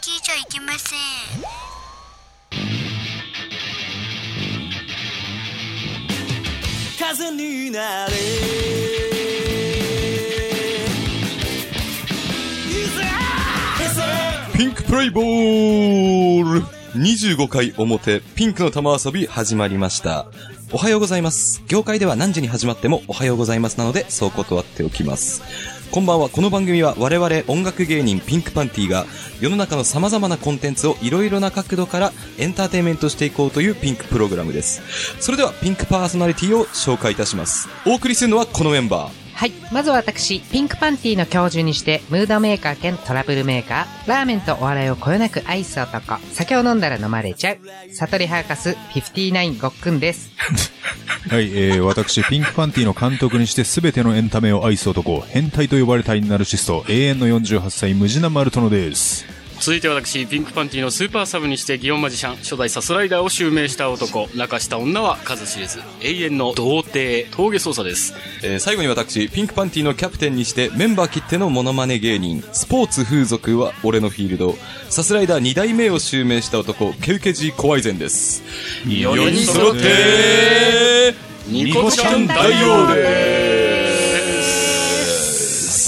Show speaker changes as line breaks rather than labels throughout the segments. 気以上いけません
風になれ
ピンクプレイボール !25 回表、ピンクの玉遊び始まりました。おはようございます。業界では何時に始まってもおはようございますなので、そう断っておきます。こんばんは、この番組は我々音楽芸人ピンクパンティが世の中の様々なコンテンツをいろいろな角度からエンターテインメントしていこうというピンクプログラムです。それではピンクパーソナリティを紹介いたします。お送りするのはこのメンバー。
はい。まずは私、ピンクパンティの教授にして、ムードメーカー兼トラブルメーカー、ラーメンとお笑いをこよなく愛す男、酒を飲んだら飲まれちゃう、サトリハーカス59ごっくんです。
はい、えー、私、ピンクパンティの監督にして全てのエンタメを愛す男、変態と呼ばれたいナルシスト、永遠の48歳、ムジナマルトノです。
続いて私ピンクパンティのスーパーサブにして祇園マジシャン初代サスライダーを襲名した男泣かした女は数知れず永遠の童貞峠捜査です
えー最後に私、ピンクパンティのキャプテンにしてメンバー切ってのモノマネ芸人、スポーツ風俗は俺のフィールド、サスライダー2代目を襲名した男、ケウケジーコワイゼンです。
4
4人揃って、
ニコちゃん
大
大
王
王
です。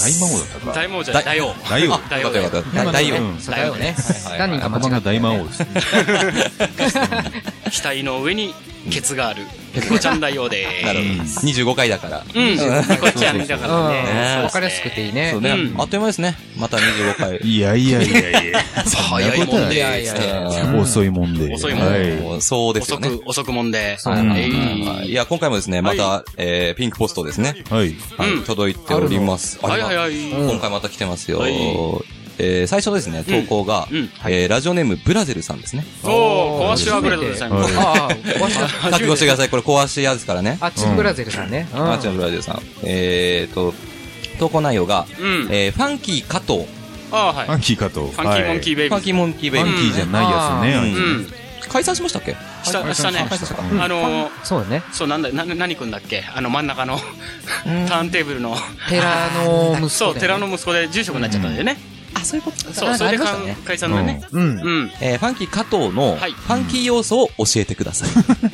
大魔王だったか。
大王じゃない大王
大王
あ、よかったよかった。大王。
うん
大王ね
何人か間違
頭が大魔王です。
額の上にケツがあるニコちゃん大王で
なるほど。25回だから。
うんニコちゃんだか
うん。
らね
わかりやすくていいね
そう。ね、
うん
あっという間ですね。また25回。
いやいやいやいや。
早いもん
いやい
で
やいや。
うん遅いもんで。
遅いもんで
はい。
もうそうです
遅
よね。
く遅くもんで
そうなんだ
えい
はいいや、今回もですね、また、
は
えーピンクポストですね。
はい。
はい、
うん
届いております。
はい
あ
はい
れ
はい
今回また来てますよ。
はい
えー最初ですね、投稿が、
うんうん
えーラジオネームブラゼルさんですね。
おお壊しはグレードでございます
ああ、わしだ
覚悟してください、これ壊し屋ですからね。
あっちのブラゼルさんね。うん。
あーちゃんブラゼルさん。えーと、投稿内容が、
うん
えーファンキー加藤、フ
ああはい
ファンキーかと。
ファンキーモンキ
ー。
ーベイビ
ァン
ー
キーモンキーベイ
フ
ビー
ァ
ね、
ンキーじゃないやつ
う
ね。
うん
解散しましたっけ
したしたね
うん
あのー
そうだね。
そうなんだな何くんだっけあの真ん中の ターンテーブルの
寺の息子で、ね。
そう寺の。息子で住職になっちゃったんだよね、
あ、そういうこと
そうそれで
ありました
かん
ね。
解散だね
う。
うんん、
えーファンキー加藤の、フ
はい
ァンキー要素を教えてくださ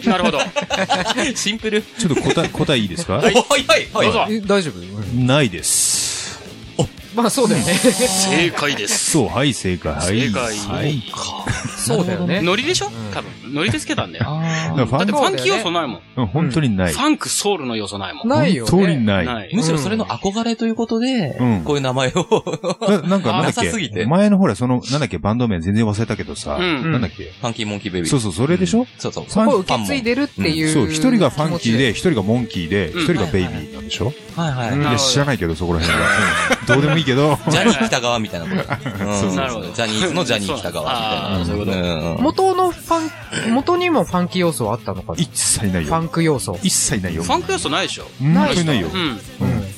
なるほど
い。シンプル。
ちょっと答え、答えいいですか
はい、はい、は
どう
い。
ぞ
え大丈夫うん
ないです。
まあそうだよね。
正解です
そう、はい、正解。はい。
正解
はい。
そうだよね。
ノリでしょ多分ノリでつけたんだよ
あ
だ
あ。
からフ
だってフ
ァ
ァンキー要素ないもん、
ン、うん本当にない
フ。ァンクソウルの要素ないもん
ないよね。
本当にない。
ない
むしろそれの憧れということで、
うん
こういう名前を、
ななんか、なんだっ
なさすぎて
け前のほら、その、なんだっけ、バンド名全然忘れたけどさ、
うん
なんだっけ、
ファンキーモンキーベイビー。
そうそう、それでしょ、
そうそう。
そこを受け継いでるっていう。
そう、一人がファンキーで、一人がモンキーで、
うん
一人がベイビーなんでしょ、
はいはい。
い
なる
や、
ほど
知らないけど、そこら辺は。うんどうでもいい けど、
ジャニー北川みたいなことだ。
そううん
なるほど
ジャニーズのジャニー北川みたいな。
そうあーそういうこと
んん
元のファン、元にもファンキー要素はあったのかな
一切ない
ファ
よ。
ンク要素。
一切ないよ。
ファンク要素ないでしょ
本当にないよ
う。ん
うん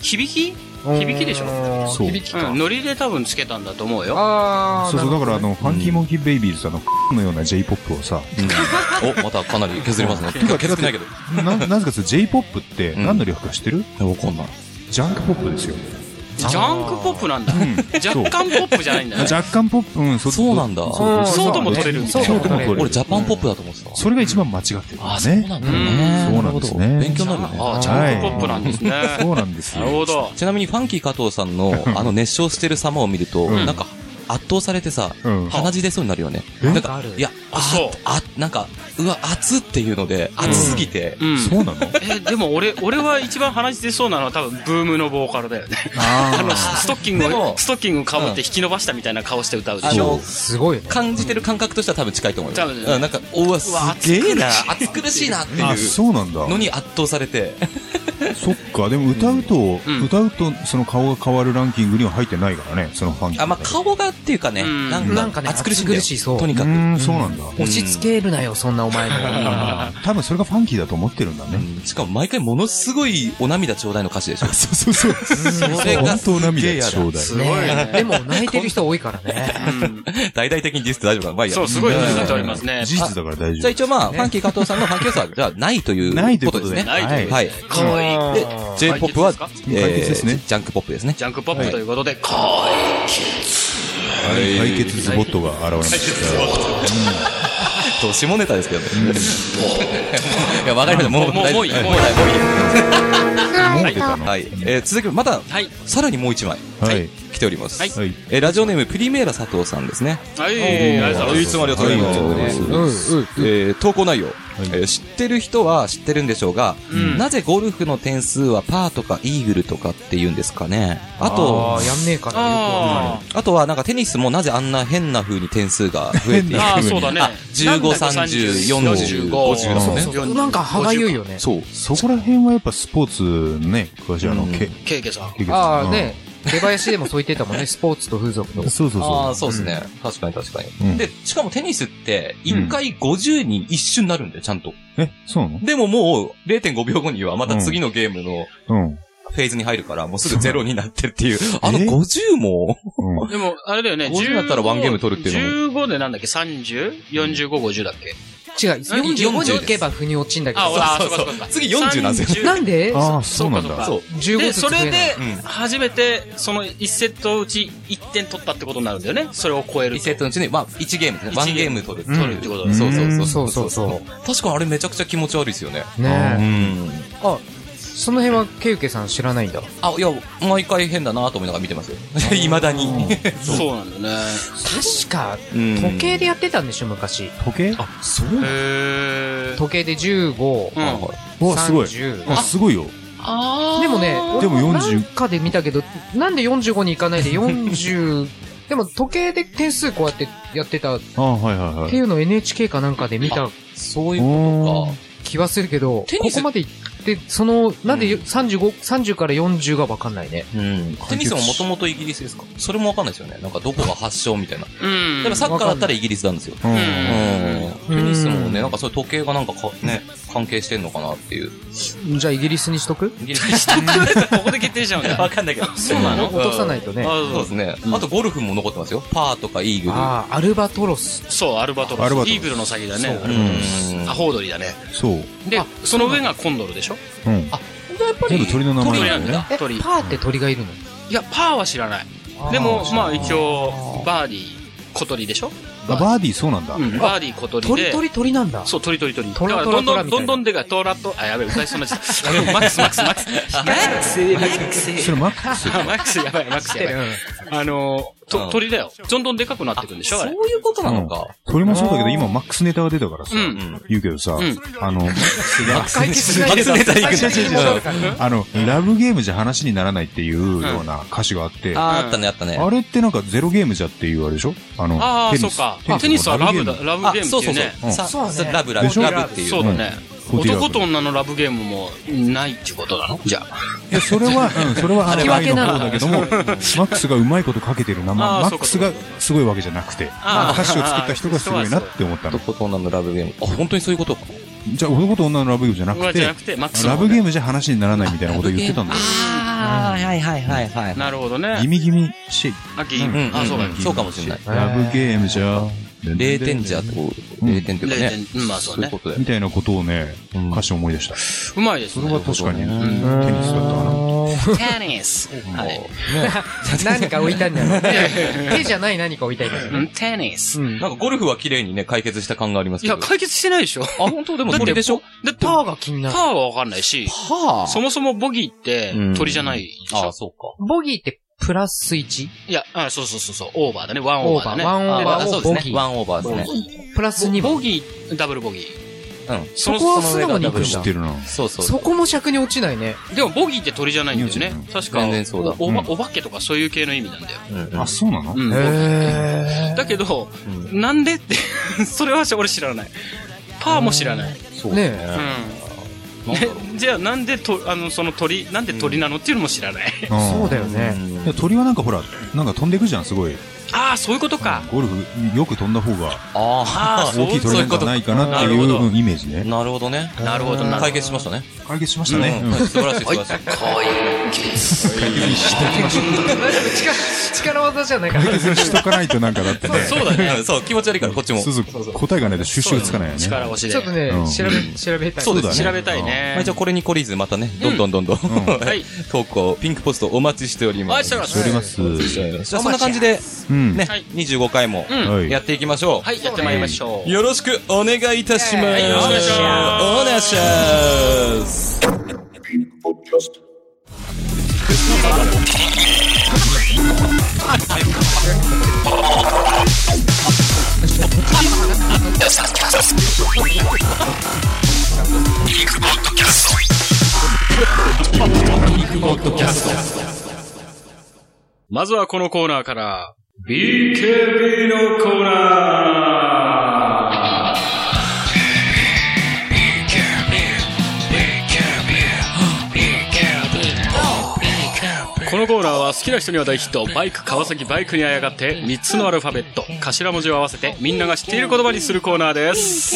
響き、
うん
響きでしょ
そう
響きか。
うん、ノリで多分つけたんだと思うよ
ああ。
そうそう、だからあ
なる
の、ファンキーモンキーベイビーズさ、あの、のような J-POP をさ、
うんお、またかなり削りますね。削ってないけど。
な、なぜかというと J-POP って
うん
何の略か知ってる
わかんない。
ジャンクポップですよ。
ジャンクポップなんだ
うん
若干ポップじゃないんだね
若干ポップ、うん、
そうなんだ
ほど
そうとも取れる
そうとも取れる。
俺、ジャパンポップだと思ってた。
それが一番間違ってる
あー、
んだ
そう
ね。
なんだね。
うんそうなんですね
るほど勉強になるね。
ああジャンクポップなんですね、
そうなんです
なる
よ。
ほど
ちなみに、ファンキー加藤さんの、あの、熱唱してる様を見ると、
うん
なんか、圧倒されてさ、
うん
鼻血出そうになるよね。
え
なん
あ
か
る、
いや、あ
そう、
あ、なんか、うわ、熱っていうので、熱すぎて、
うん
そうなの
えでも俺俺は一番話出そうなのは多分ブームのボーカルだよねあのストッキン
で
グ
も
をストッキングかぶって引き伸ばしたみたいな顔して歌うで
あ
しょ
の
そ、
すごいね。
感じてる感覚としては多分近いと思うよ。
多分ね
うんなんか、おわ、すげえな、暑苦しいなって
あ、
いう
そうなんだ。
のに圧倒されて、
そっか、でも歌うと、
うん
歌うとその顔が変わるランキングには入ってないからね、そのファンキー。
あ、まあ、顔がっていうかね、
うん
な
なんん
か
か、ね
暑苦しいんだよ
暑苦しいそう
とに
う
かく。
ーん、そうなんだ。
押し付けるなよ、そんなお前 の。
多分それがファンキーだと思ってるんだね。
しかも毎回ものすごいお涙ちょうだいの歌詞でしょ。
そうそうそう。
それが
本当
すげえや
涙
だ
ちょうだい。
すごいね
ねでも泣いてる人多いからね。
うん
大々的にディスって大丈夫かなまあいいや
そうすごい出ておりますね
事実だから大
じゃ
丈
あ一応まあ、ファンキー加藤さんのファンキーさは、じゃあないという
ないという
こ
ことと
で
です
ね。
ないということ
はい。
かわいい
うん
で、J-POP は
解決、
え
解決ですね
ージャンクポップですね。
ジャンクポップということで、かわいい
い
解決ズボットが現れました。
と下ネタですけどね。 いや、わかりました。もう、
もう
大丈夫
もういい
は
もういい
出たな
はい。えー続き、また、
はい
さらにもう一枚、
はい。
来ております。
はい
はい。
えーラジオネーム、プリメーラ佐藤さんですね。
はい、ありがとうござい
いつもありがとうございます。えー投稿内容、えー知ってる人は知ってるんでしょうが、
うん
なぜゴルフの点数はパーとかイーグルとかって言うんですかね。あと、
あーやんねえかな。よくわかんない
ま
あとはなんかテニスもなぜあんな変な風に点数が増えている
変な
ああー、そうだね
あ。15 30 40 50
だもんね
なんか歯がゆいよね。
そう。
そこら辺はやっぱスポーツね、詳しいあの、け、
ケイケさん。
け
ああ、。ね。出囃子でもそう言ってたもんね。スポーツと風俗と
うん。そうそう
あ
そ
あ、そうですね、確かに確かに、
うん
で、しかもテニスって、1回50に一瞬なるんだよ、ちゃんと。
う。え、そうな
でももう、0.5秒後にはまた次のゲームの
のうん。
フェーズに入るから、もうすぐゼロになってっていう。
う
あの50も、
うん
でも、あれだよね、
50だったらワンゲーム取るっていう
の15でなんだっけ ?30?45、50だっけ
違う、45に行けば腑に落ちんだけど。
あ
そうそうそう次40なんです
よ
なんで
ああ、そうなん
そうか
だ。
そうか
15
で、
ずつ
そ
増えな
れ
い
で
うん、
初めて、その1セットうち1点取ったってことになるんだよね。それを超える
1
と。
セットのうちに、まあ、1ゲームですね。1ゲーム取る。
うん取るってことだね
そうそうそう。
そうそうそう。
確かにあれめちゃくちゃ気持ち悪いですよね。う
ねえ。
ん。
あ、その辺はケウケさん知らないんだ。
あ、いや、毎回変だなと思いながら見てますよ。いまだに。
そうなんだよね。
確か、
うん
時計でやってたんでしょ、昔。
時計あ、そうなの
へー。
時計で15、
うん。
うわ、すごい。
30
あ、すごいよ。
あ
でもね、
でも
俺
40
なんかで見たけど、なんで45に行かないで40、でも時計で点数こうやってやってたっ
あはいはいは
てい
い。
うのを NHK かなんかで見た
そういう
お
こ
気はするけど、
テ
こ
ニス
こまで行って、その、なんで35、30から40がわかんないね。
とか。うん。テニスももともとイギリスですかそれもわかんないですよね。なんかどこが発祥みたいな。
うん。
でもサッカーだったらイギリスなんですよ。
うん
う
う
ん
ん。
うん
テニスもね、なんかそういう時計がなんかかね、関係してんのかなっていう。
じゃあイギリスにしとく
イギリス
ここで決定しちゃうんだ よ。
わかんないけど。そうな
落とさないとね。
そう
あ
ですね。あとゴルフも残ってますよ。パーとかイーグル。
ああ、アルバトロス。
そう、アルバト
アルバ
ロ
トロ
ス。
ス
イーグルの先だね。
そう
アルバトロス
うん
アホウドリだね。
そう。
で
あ、
その上がコンドルでしょ
うん。
やっぱ
全部鳥の名前
鳥
な
なんん
だよね
だ。
え、パ
鳥。
ーって鳥がいるの
いや、パーは知らない。でも、まあ一応、バーディー、小鳥でしょ
あ、バーディーそうなんだ。
うん、バーディー小鳥
鳥、
で。
鳥、鳥なんだ。
そう、鳥鳥鳥。だ
ト
か
ラ
ら、
ト
ど
ラ
ん
トラ
どん、
みた
ど
いな
んどんでが、トラと、あ、やべえ、歌いそうになっちゃ った。マックス、マックス、マックス。マックス、マックス。
それマックス。
あ マックス、やばい、マックス、やばい。あの
う
ー、
ん
と、鳥だよ。どんどんでかくなってくんでしょあれ。
そういうことなのか。
鳥もそうだけど、今マックスネタが出たからさ、
うん
言うけどさ、
ん
あの、マックスが、
解決しないで
初ネタいくね
最初に戻るから
あの、ラブゲームじゃ話にならないっていうような歌詞があって、あ
あーあったね、あったね。
れってなんかゼロゲームじゃっていうあれでしょあの、
ああ、そうか。テニスはラブだ、
ゲーム
ラブ
あ
ゲー、ム
そ
っ
う
てい
そう
うね。
そう。さ
そうね
さラブ、ラ
でし
ブ、
ょ
ラブっていう。
そうだね。
うん
男と女のラブゲームもないっていうことなのじゃあ。
いや、それは、うん、それ はあの
引き分
愛
け
の
なの
方だけども、マックスがうまいことかけてるな、まあ
あー
マ
そ
ッ
うか
クスがすごいわけじゃなくて、
あー
歌詞を作った人がすごいなって思ったの。
男と女のラブゲーム。あ、本当にそういうことか。
じゃあ、男と女のラブゲームじゃなく
はじゃな
て、
くて、マックスの
ラ
方
ブ
ね
ゲームじゃ話にならないみたいなことを言ってたんだよ。
ああ、はいはいはいはい。
なるほど
ギ
ね。
ミギミシェイ。
秋
うんうん、
あ、そうか。
そうかもしれない。
ラブゲームじゃ、
0点じゃってこう、0点っていうかね。
0.0うんまあそうね
いうことだよ
み。たいなことをね、
うん
歌詞を思い出した。
うまいです
それ
ね
は。確かに、
なるほど
うんテニスだったかな。
テニス。はい。
何か置いたんだろうね。 手じゃない何か置いたんだろう
う
ね。
んテニス。
うん
なんかゴルフは綺麗にね、解決した感がありますけ
い
ど。
や、解決してないでしょ。
あ、本当でもそれでしょ
だって、
パ
パ
ーが気にな
ー
る。
はわかんないし、
は
そもそもボギーって
うん
鳥じゃないでし
ああ、
ょ。
そうか。
ボギーってプラス 1?
いや、あそうそうそうそう、オーバーだね。ワンオ
オ
ー
ー
バ
バ
ーだね。
ー。ワンオー
あ
バ
あ、
ー
そ
を
うです
ボ
ね。
ギ
ワ
ー。
ンオーバーですね。
プラス2
ボ
番。
ギー、ダブルボギー。
うん。
その
そこは
の上がダブル
知
だ
ってるな。
そうそう。
そこも尺に落ちないね。
でもボギーって鳥じゃないんだよね
うん。
確か。
全然そうだ
おおば
うん
お化けとかそういう系の意味なんだよ。
うんうん
あ、そうなの
うん。
へ
だけど、
うん
なんでって、 それは俺知らない。パーも知らない。
そう
ね
う
え
ん。
なんだろう
でじゃあなんでと、あの、その鳥、なんで鳥なのっていうのも知らない。
そうだ
よ。
よね。
いや鳥はなんかほら、なんか飛んでくじゃん、すごい。
ああ、そういうことか。
ゴルフ、よく飛んだ方が
あ
そう
大きい鳥なんじゃないかなってい
そういうこ
う
と
うんイメージ
あ、
ね。
なるほどね。
なるほど、なるほど。
解決しましたね。
解決しましたね。
うん素晴らしい、素晴らしい。
かわいい。
力、力ほどじゃな かった
解決しとかないとなんかだって ね。
そうだ ね。
うんそう、気持ち悪いから、こっちも。
そうそう答えがないと収集がつかないよね。
力押しで。
ちょっとね、
うん
調べ、調べたい。
そうです
ね
調べたいね
まあ、。一応これに懲りず、またね、どんどんどんどん、
はい
投稿、ピンクポストお待ちしており
お会
ま
いし
す。
ております。
しております。
じゃあそんな感じで、
うん。
ね、
はい
25回も
うん
はい。
やっていきましょう。
はい、やってまいりましょう。
よろしくお願いいたします。
はいお願いします
お願いします。
まずはこのコーナーから、BKB のコーナーこのコーナーは好きな人には大ヒット、バイク、川崎、バイクにあやがって、3つのアルファベット、頭文字を合わせて、みんなが知っている言葉にするコーナーです。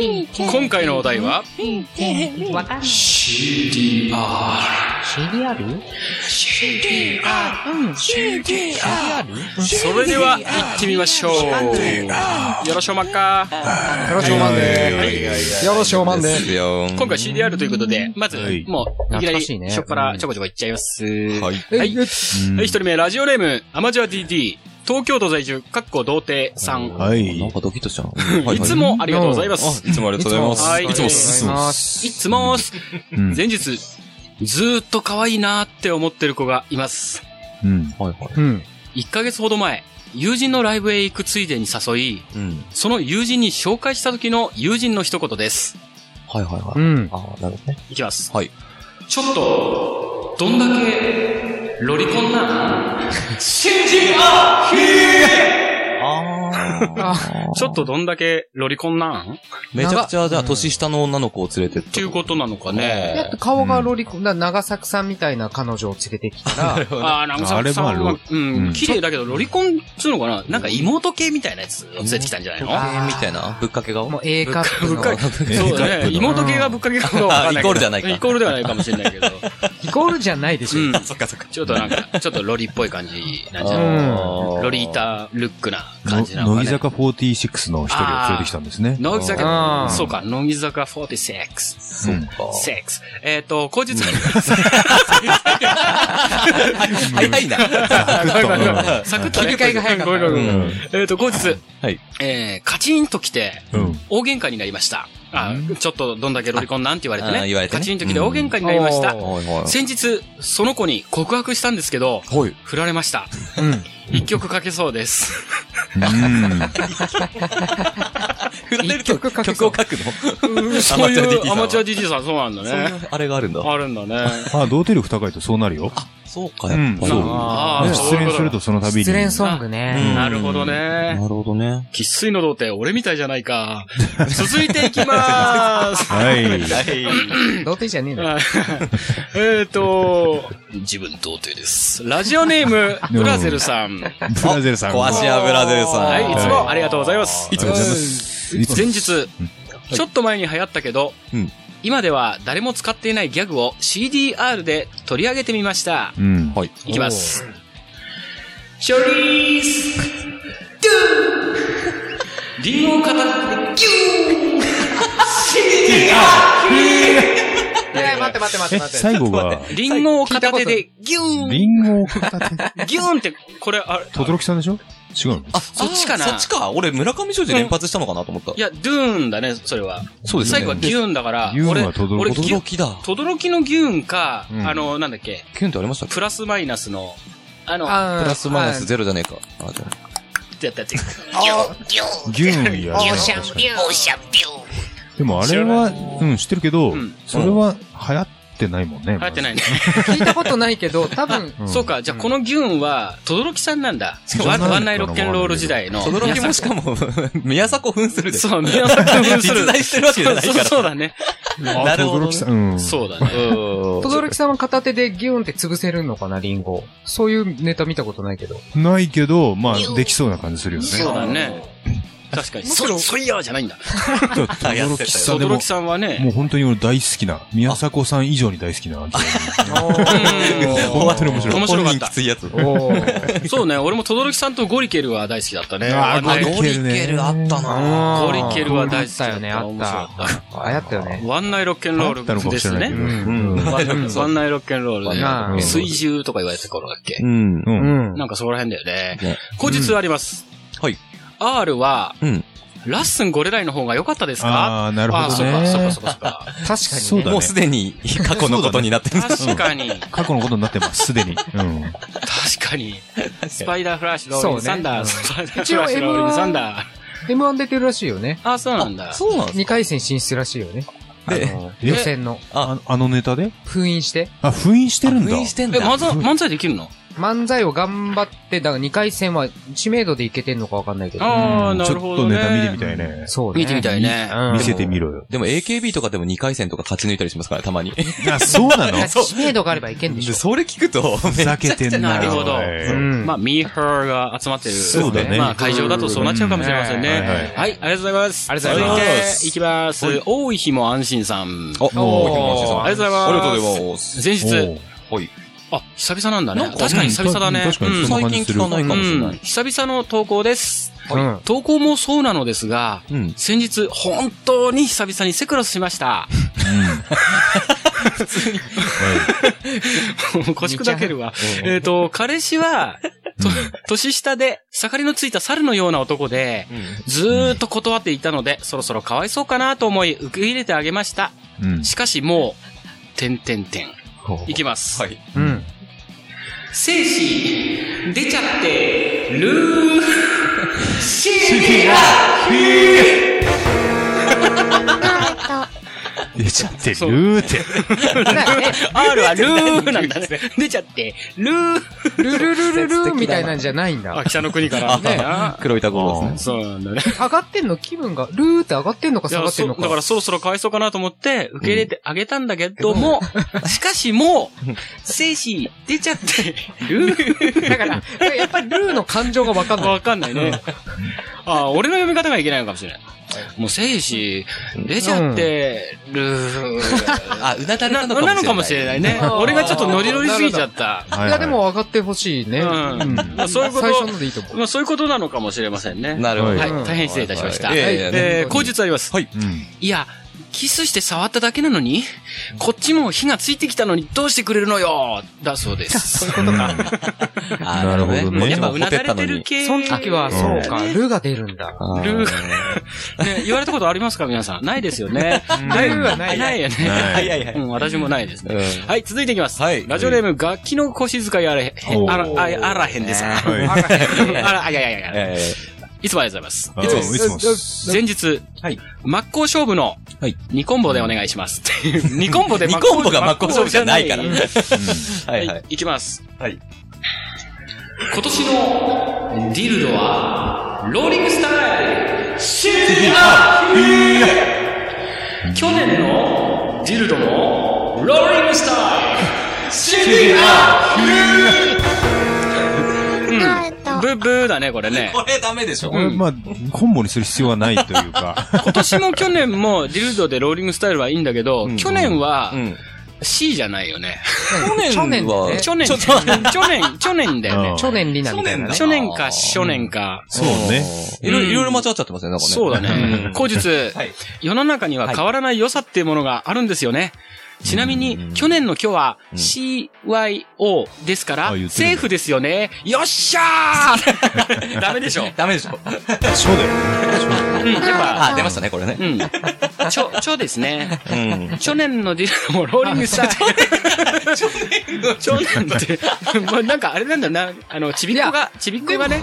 今回のお題は、
わかんない。CDR?CDR?
それでは、行ってみましょう。よろしおまっか。
よろしくおまんでー。よろしくおまんでー。
すよ
今回 CDR ということで、まず
はい、
もう、いき
懐
な
か
り、
しいね
しょっぱらちょこちょこいっちゃいます。
はい。
はい。はい、一人目、ラジオネーム、アマチュア DD、東京都在住、かっこ童貞さん。
はい。
なんかドキッとしたな。はい
つもありがとうございま
あ
す。
いつもありがとうござい
い
ます。
つも
っす
いつも
あ
いつもーす。
うん
前日、ずーっと可愛いなーって思ってる子がいます。
うん。
はいはい。
うん。
1ヶ月ほど前、友人のライブへ行くついでに誘い、
うん。
その友人に紹介した時の友人の一言です。
はいはいは
う
い。
ん。
ああ、なるほどね。
いきます。
はい。
ちょっと、どんだけ、ロリコンな新人あ
ああ。
ちょっとどんだけロリコンなんっ
めちゃくちゃ、じゃあ、年下の女の子を連れてってて
いうことなのかね。
だって顔がロリコン、な長作さんみたいな彼女を連れてきたら、
ああ、なんか
あれ
さ、
まあロ
うん
う、ん
綺麗だけど、ロリコンっつうのかななんか妹系みたいなやつを連れてきたんじゃないの
あ
みたいなぶっかけ顔
もう A カップの
ぶっ、 かけ、そうだね。妹系がぶっかけかもわかんないけど
あイコールじゃないか
イコールではないかもしれない けど。
イコールじゃないでしょ。
うん。
そっかそっか。
ちょっとなんか、ちょっとロリっぽい感じなんじゃない
あー
ロリー。タルックな感じな
の
の
乃
か
木
ね。
坂46の一人を連れてきたんですね。
乃木
あ
坂、
ー
そうか、乃木坂46。
そっか。
6。えっと、後日、
早いな。
サクッと
切り替えが早かった。
う
っ
ん。
た。えっと、後日、
はい。
えー、カチンと来て、
うん。
大喧嘩になりました。あ、ちょっとどんだけロリコンなんて言われて
ああ
ね。
言われてね
カチンと来て大喧嘩になりました
うん。
はいは
先日、その子に告白したんですけど、
い。はい。
振られました。
うん。
一曲かけそうです。
振られると
一曲書
曲
けそう
を書くの
そう
アマチュア DT
い
さん
う
は
アマチュア DT さん、そうなんだね。
あれがあるんだ。
あるんだね。
あ、童貞力高いとそうなるよ。
そうか、やっぱり。
うん
あ
ね
あ、そう
失
い
恋
うこ
す
と
るとその度に。
失恋ソングね。
なるほどね。
なるほどね。
喫水の童貞、俺みたいじゃないか。続いていきまーす。
はい。
童貞じゃねえの。
えっと、自分童貞です。ラジオネーム、ブラゼルさん。は
ブラゼルさん。
壊しやブラゼルさん。
い、いつもありがとうございます。
いつもです。いつも
前日、ちょっと前に流行ったけど
うん、
今では誰も使っていないギャグを CDR で取り上げてみました。
うん。
はい。
いきます。ショリースドゥリンゴを片手でギ
えー待って待って待
え、
って待って。
最後が、
ューリンゴを片手でギューン
リンゴを片 手に。
ギューンって、これ、あれ、
とどろきさんでしょ違うの
あ、
そっちかな
そっちか。俺、村上正治連発したのかなと思った。
いや、ドゥーンだね、それは。
そうですね
最後はギューンだから、
ギューン
俺、
はとどろ
俺、ギュ
驚きだ。
とどろきのギューンか、
うん
あの、なんだっけ、
キュンってありましたっけ
プラスマイナスの、あの、っ
あー
プラスマイナスゼロじゃねえか。あ、じゃあ
てやったやつ。
ギューンや。でもあれは、うん、知ってるけど
ん、
それは流行ってないもんね。
流行ってない
い。
ね。
聞いたことないけど、多分、
そうか、じゃあこのギューンは、とどろきさんなんだ。
そう
ワン
じゃない
ワンナイロッケンロール時代の。
とどろきもしかも、宮迫扮するで。
そう、宮崎君する。
実在してるわけじゃないから
そうそうそうだね。
なるほどね。
さん。うん。
そうだね。
とどろきさんは片手でギューンって潰せるのかな、リンゴ。 そういうネタ見たことないけど。
ないけど、まあ、できそうな感じするよね。
そうだね。確かに。
むし
そ、
ろ
そいやーじゃないんだ。
あやって
轟
た
さんで
轟
も、
さんは
も
ね、
う本当に俺大好きな、宮迫さん以上に大好きな。
本当に面白い。
面白かっ
本
た
人きついやつ。
おー
そうね、俺も轟さんとゴリケルは大好きだったね。
あー
ワンナイ
ゴ
ト
リ
ゴリケルあったな
ゴリケルは大好き
あったよね、あ
面
っ
白かった
た。あ、やったよね。
ワンナイロッケンロ
あ
ー
ったのか
ル
も
で
しれ
す
ないけ
ね。
ど。
うん。
ワンワンナイロッケンロールで
ワンナイロッケンロール
水獣とか言われてた頃だっけ
う。ん。
う。
うんん。
なんかそこら辺だよね
ね。
後日あります。
はい。
R は、
うん。
ラッスンゴレライの方が良かったですか
ああ、なるほ
あー、
ど
そっか、そっか、
ね。
そっかそっか。
確かにね。
そうだね
もうすでに過去のことになってるんです
確かに、確
過去のことになってます、すでに。うん。
かに。スパイダーフラッシュローリングサンダー、スパイダーフ
一応
ラッシュローリングサンダー。
M1 出てるらしいよね。
あー、そうなんだ。
そうなん
2回戦進出らしいよね。
で
あの予選の。
ああのネタで
封印して。
あ、封印してるんだ。
してん
え、
だ。
漫才、漫才できるの
漫才を頑張って、だから2回戦は知名度でいけてんのかわかんないけど。
ああ、
うん
な
ち
る
ょ
ほ
っ
ど
と
ね。
ネタ見てみたいね。
そうね。
見てみたいね。
うん
見せてみろよ。
でも AKB とかでも2回戦とか勝ち抜いたりしますから、たまに。
あ、そうなの
あ知名度があればいけんでしょ。
それ聞くと、
ふざけてんな。
なるほど
おい
うん
まあ、ミーハーが集まってる。
そうだね
まあ、会場だとそうなっちゃうかもしれませんね。
うんはいはい
はい、ありがとうございます。
ありがとうございます
続いて、いきます。多い日も安心さん。
お、
おー
ありがとうございます
ありがとうございます。
前
お
日。
う
あ、久々なんだ
なん
ね。
か
確かに久々だね。
うん確かに
うん
そんな感じ
最
す
近
る
聞かないかもしれ
う
なんい。
久々の投稿です。
うん。
投稿もそうなのですが、
うん。
先日、本当に久々にセクロスしました。 腰砕けるわ。 えっと、彼氏は、と年下で、盛りのついた猿のような男で、ずーっと断っていたので、そろそろかわいそうかなと思い、受け入れてあげました。
うんうん
しかしもう、てんてんてん。いきます。
はい。
うん。
精子、出ちゃって、 るー、シー
出ちゃってるーって。
R はルーなんだね。出ちゃって、ルー。
ルルルルルみたいなんじゃないんだ。
北の国からね。
黒板五郎ですね。
そうなんだね。
上がってんの気分が、ルーって上がってんのか
い
下
や
がってんの
そうだから
か。
そろそろかわいそうかなと思って、受け入れてあげたんだけども、しかしもう、精子出ち ゃってる。
だから、やっぱりルーの感情がわかんない。
わかんないね。ああ、俺の読み方がいけないのかもしれない。もう精子出ちゃってる。
あ、うなだれなのかもしれない。
なのかもしれないね。俺がちょっとノリノリすぎちゃった。
はい
や、
いは
でも上がってほしいね。
うんまあそういうこと
最初のでいいと思う。
まあそういうことなのかもしれませんね。
なるほど。
はい
うん、
大変失礼いたしました。
はいはいいやいや
えー後日あります。
はい。
うん。
いや、キスして触っただけなのに、こっちも火がついてきたのにどうしてくれるのよだそうです。
そういうことか。
あー
なるほどね
こっち
やっぱ
も
うな
ほて
だ
っ
れ
たの
てる
に。
系。
その時は、そうか、
ね
ルーが出るんだ。
あー
ルね言われたことありますか皆さん。ないですよね。
ルーはな。
ないいないよね。
は。
はいいはいは
う
い。
ん、私もないですね。
うん
はい、続いていきます。
はい
ラジオネーム、楽器の腰使いあらへ、
おー
あら、ああらへんです。あ
はい
ら、あ、いやいやいやいや。
え
いつもありがとうございます。
あいつも、いつもっす。
前日、
はい
真っ向勝負の
はい、
2コンボでお願いします。2コンボで
ー、ニ
真っ向
コンボが真っ向勝負じゃないから。
真っ向
は
勝負じゃないい。
は
はい
い。、
いきます。
はい。
今年のディルドは、ローリングスタール、シューア去年のディルドも、ローリングスタール、シューアブーブーだね、これね。
これダメでしょ。
これ、まあ、コンボにする必要はないというか。
今年も去年もディルドでローリングスタイルはいいんだけど、去年は
うん。
C じゃないよね。
去年だね。
去年、去年、去年だよね。
去年リナみたいな
去
ね。
去年か、初年か。
そうね。
いろいろいろいろ間違っちゃってますね、なんかね。
そうだね。後日、世の中には変わらない良さっていうものがあるんですよね。ちなみに、去年の今日は CYO ですから
あ言、ってるんだ
セーフですよね。よっしゃー ダメでしょ。
ダメでしょ。
そうだよね。
うん、やっぱ、
あ、出ましたね、これね
う。ん。ちょ、ちょですね。
うん。
去年のディルもローリングした。 去年って、もうなんかあれなんだな、あの、ちびっこが、ちびっこがね、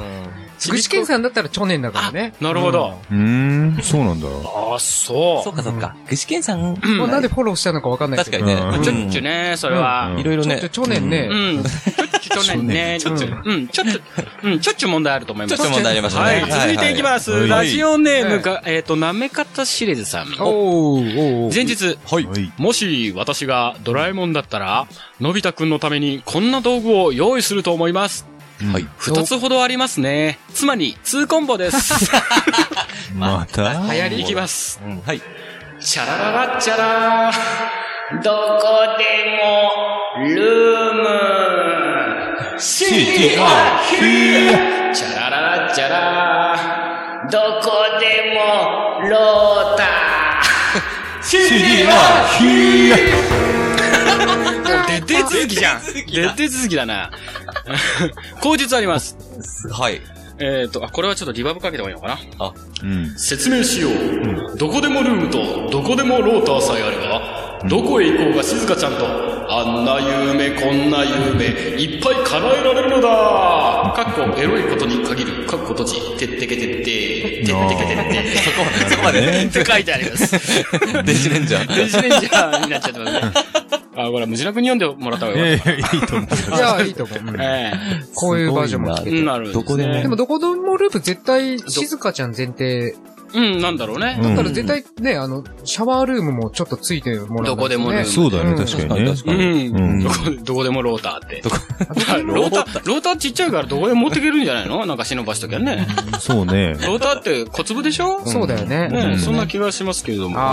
ちび
具
っ
志堅
こ
さんだったら去年だからね。
なるほど。
うーん、そうなんだ。
あ、そ
そうかそうか。具志堅さん。
うん。もうなんでフォローしたのかわかんない
確
け
か
ど。
にね。
うん
ちょっちゅね、それは。
うん
いろいろね
ちょ。っと去年ね、
うん。ちょっちゅ去年ね。ちょっちゅ。うん。ちょっちゅ。うん。ちょっちゅ問題あると思います。
ちょっちゅ問題ありましたね
はい。
はい
続いていきます。
はい
ラジオネームが、えっと、なめかたしれずさん。
おーおーおー
前日。
はい。
もし私がドラえもんだったら、のび太くんのためにこんな道具を用意すると思います。
はい。
二つほどありますね。つまり、2コンボです。
また
流行りいきます。
うん、はい。
チャラララチャラーどこでも、ルーム。
CTR
チャラララチャラーどこでも、ローター出て続きじゃん。出て続きだ な。口述あります。
はい。
えっ、ー、と、あ、これはちょっとリバーブかけた方がいいのかな。
うん。
説明しよう。どこでもルームと、どこでもローターさえあれば、どこへ行こうが静香ちゃんと、あんな夢、こんな夢、いっぱい叶えられるのだかっこ、エロいことに限る、かっこ閉じ、てってけてって、てってけてって、そこまで、そこまで、って書いてあります。
電子レンジャー。
電子レンジャーになっちゃってますね。あ、これ、無事なくに読んでもらった方がよ
え
かっ
え、いいと思う。
いや、いいと思う。うん
た。え
こういうバージョンも聞
え
け
うん
て。
なる
どこでも
すね
でも、どこでもループ絶対、静香ちゃん前提。
うん、なんだろうね。
うん
だから絶対ね、あの、シャワールームもちょっとついてもらう。
どこでもルーム
そうだ
う
ね、
ん
確かにね。
確
う
かに。
ん。
ん
どこ、どこでもローターって。
あ
ローター、ローターちっちゃいからどこでも持ってけるんじゃないのなんか忍ばしときゃね。
そうね。
ローターって小粒でしょ
そうだよね。
ねそんな気がしますけれども。
あ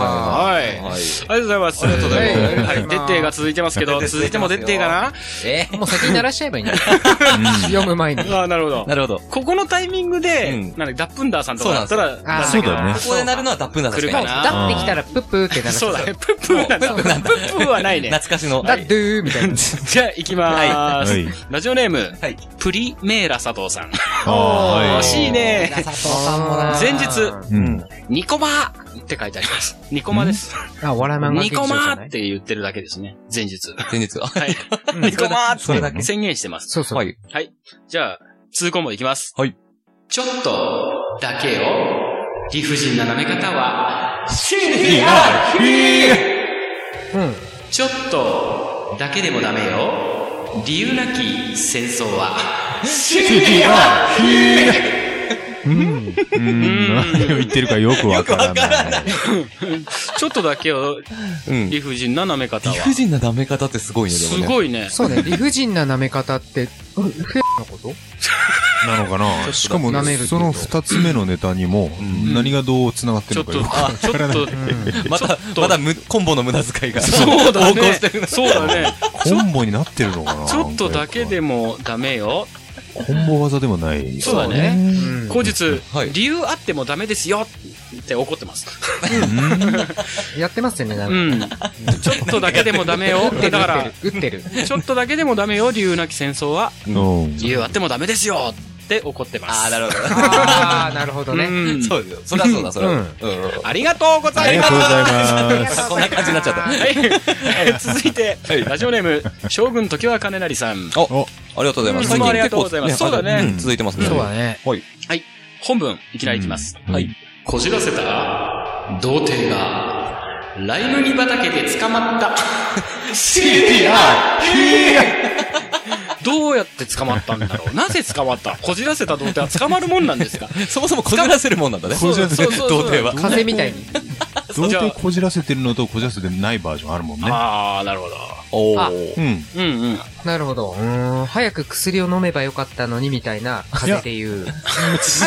はい。あり
はい。
がとうございます。ありがとうございます。は
はい
い。デッテイが続いてますけど、続いてもデッテイかな
え
もう先に鳴らしちゃえばいいんだよ 読む前に。
ああ、なるほど。
なるほど。
ここのタイミングで、
うん
なんだダップンダーさんとかだったら、
なんです
そ
よ
うだよね
こ。こでなるのはダップンだ確
来る
か
か
に。
な。
だってきたらプップーって鳴らす。
そうだね。プップーなんだ。プップーはないね。
懐かしの。
だドゥーみたいな。
じゃあ、行きまー
はい
す。ラジオネーム、
はい。
プリメーラ佐藤さん。
あ
惜しいね。
佐藤さんもな。
前日、
ーはい。うん。
ニコマーって書いてあります。ニコマです。
あ、笑ら漫
ニコ
画
マ
マ
ーって言ってるだけですね。前日。
前日。あ
はい。
ニコマー
そ
そうれ
だ
だ
ね
け。
宣言してます。
そうそう。
はい。
はい。じゃあ、通コンボいきます。
はい。
ちょっと、だけよ。理不尽な舐め方は、
うん。
ちょっと、だけでもダメよ。理由なき戦争は、
うん。何を言ってるかよくわからない。
ちょっとだけよ。
うん。
理不尽な舐め方
理不
は。
尽なダメ方ってすごいね、ですもね。い。
ごいね。
そう ね、理不尽な舐め方って、フェアのこと
なのかなしかも
舐めるっ、ていう
その二つ目のネタにも、何がどう繋がって
ちょ
る
っ
の
と、
かよく
ちょっと、
また、まだむ、コンボの無駄遣いが。
そうだ
横行
ね
してる。。
そうだね。
コンボになってるのかな
ちょっとだけでもダメよ。
コンボ技でもない。
そうだね。
うん。
後日、
はい
理由あってもダメですよって怒ってます。
やってますよね、なん
う
か。
ん。ちょっとだけでもダメよ。
打って
だ
る、
から、
打ってる。打ってる。
ちょっとだけでもダメよ。理由なき戦争は、
うん。
理由あってもダメですよって怒ってます。
ああ、なるほ
あー、なるほど
う
ね。
ん
ど。そうですよ。そりゃそうだ、そりゃ。
う
うんん。うん
ありがとうご
あ
ざい
り
ま
が
す
とうございます。
こんな感じになっちゃった。
はいえー続いて、ラジオネーム、将軍時は金成さん。
お、ありがとうございます。
うんいつもありがとうございます
最近結構
そうだね
ん続いてますね。
そうだね。
本文、いきなりいきます。
はい。
こじらせた童貞が、ライ麦畑で捕まった。 どうやって捕まったんだろうなぜ捕まったこじらせた童貞は捕まるもんなんで すか
そもそもこじらせるもんなんだね。
こじらせ
そうそうそう
童貞は。
風みたいに。
童貞こじらせてるのとこじらせてないバージョンあるもんね。
ああ、なるほど。
お
あ
ー。
うん。
うんうん。
なるほど。うーん。早く薬を飲めばよかったのに、みたいな、風邪で言う。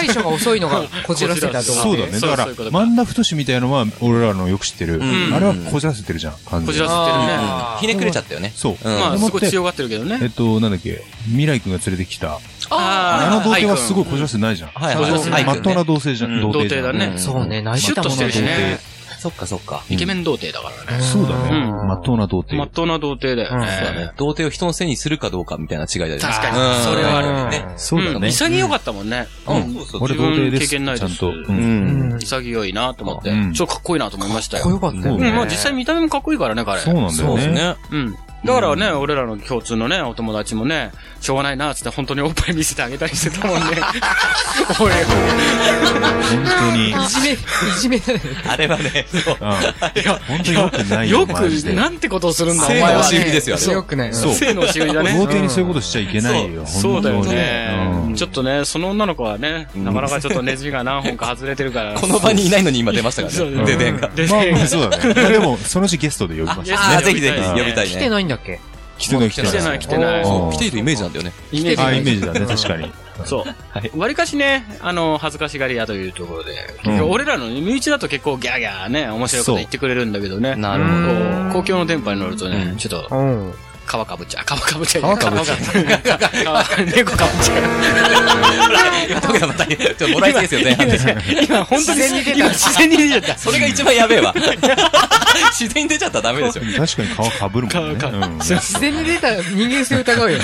対処が遅いのが、こじらせたと
あ
思
そうだね。
そう
だか
そう
ら
いうこと、か
万田太志みたいのは、俺らのよく知ってる。
ん
あれはこじらせてるじゃん、完
こじ
全
ら
に。
せ
あー
ひねくれちゃったよね。
そう。
うん
てるね。まあ、
ですもっ
ごい
て
強がってるけど
え
ね。
っと、なんだっけ、未来君が連れてきた。あ
あ
の童貞はすごい
い。
こじらせてないじゃん。
はい
こじらせてな
はいい。
まっとうな童貞じゃ。
うんん童貞だ
じゃん
ね。
そうね、泣い
シュ
てた
ッと
もん
して
な
るしね。
そっかそっか。
イケメン童貞だからね。
そうだね。
う
まっとうな童
まっ
貞。
とうな童貞だよ
うんそう
ね。
童貞を人のせいにするかどうかみたいな違いだよね。
確か
う
に
ん
それはあるよ
ね
そうだ
ん
ね。
潔かったもんね。
う
うん
ん。そうそう
俺童貞です。
自分経験ないです
ちゃんと。う
うんん。
うん。
潔いなと思って
う、ん
ちょっとかっこいいなと思いましたよ。
かっこよかったよ
うん、
ね。
まあ実際見た目もかっこいいからね、彼。
そうなんだ
そう
よ
です
ね。
ね。
うん。だからね、俺らの共通のね、お友達もね、しょうがないな、つって本当におっぱい見せてあげたりしてたもんね。俺、
本当に。
いじめ、いじめだよね。
あれはね、そう
うん本当によくないよ。
よ
マジ
く、
で
なんてことをするんだ、お
性
前
の
は
押。し売りですよ、あれ
強
は。
くない。
そう
性の押し売りだ
童
ね。
貞にそういうことしちゃいけないよ。
そうだよ
本当に
ね。
うん
ちょっとね、その女の子はね、なかなかちょっとネジが何本か外れてるから。
この場にいないのに今出ましたから
そう
ね。出電が。
出
まあ
て
まあ、そうだね。まあでも、そのうちゲストで呼びましょう
ああ、ぜひぜひ呼びた
い。
い
来て
ね。
ないんだっけ
来てない来
ま
て
あ
な
来
い。
てない来てない。
そう、来ているイメージなんだよね。
イメージ
あ、イメ
ない
ージだね、確かに。
そう。わりかしね、あの、恥ずかしがり屋というところで、
うん
俺らの身内だと結構ギャーギャーね、面白いこと言ってくれるんだけどね。
な
るほど
こう公共の電波に乗るとね、ちょっと、
うん。
皮かぶっちゃう。皮かぶっちゃう。
皮かぶっちゃう
う。猫かぶっちゃう。
今、徳田さん、ちょっともらいすぎですよ、前半で。
今、本当
自
に、
然に出た
今、自然に出ちゃっ
それが一番やべえわ。 自然に出ちゃったらダメで しょ。
確かに皮かぶるもんね。
皮
うん
た。
自然に出た人間性疑うよね。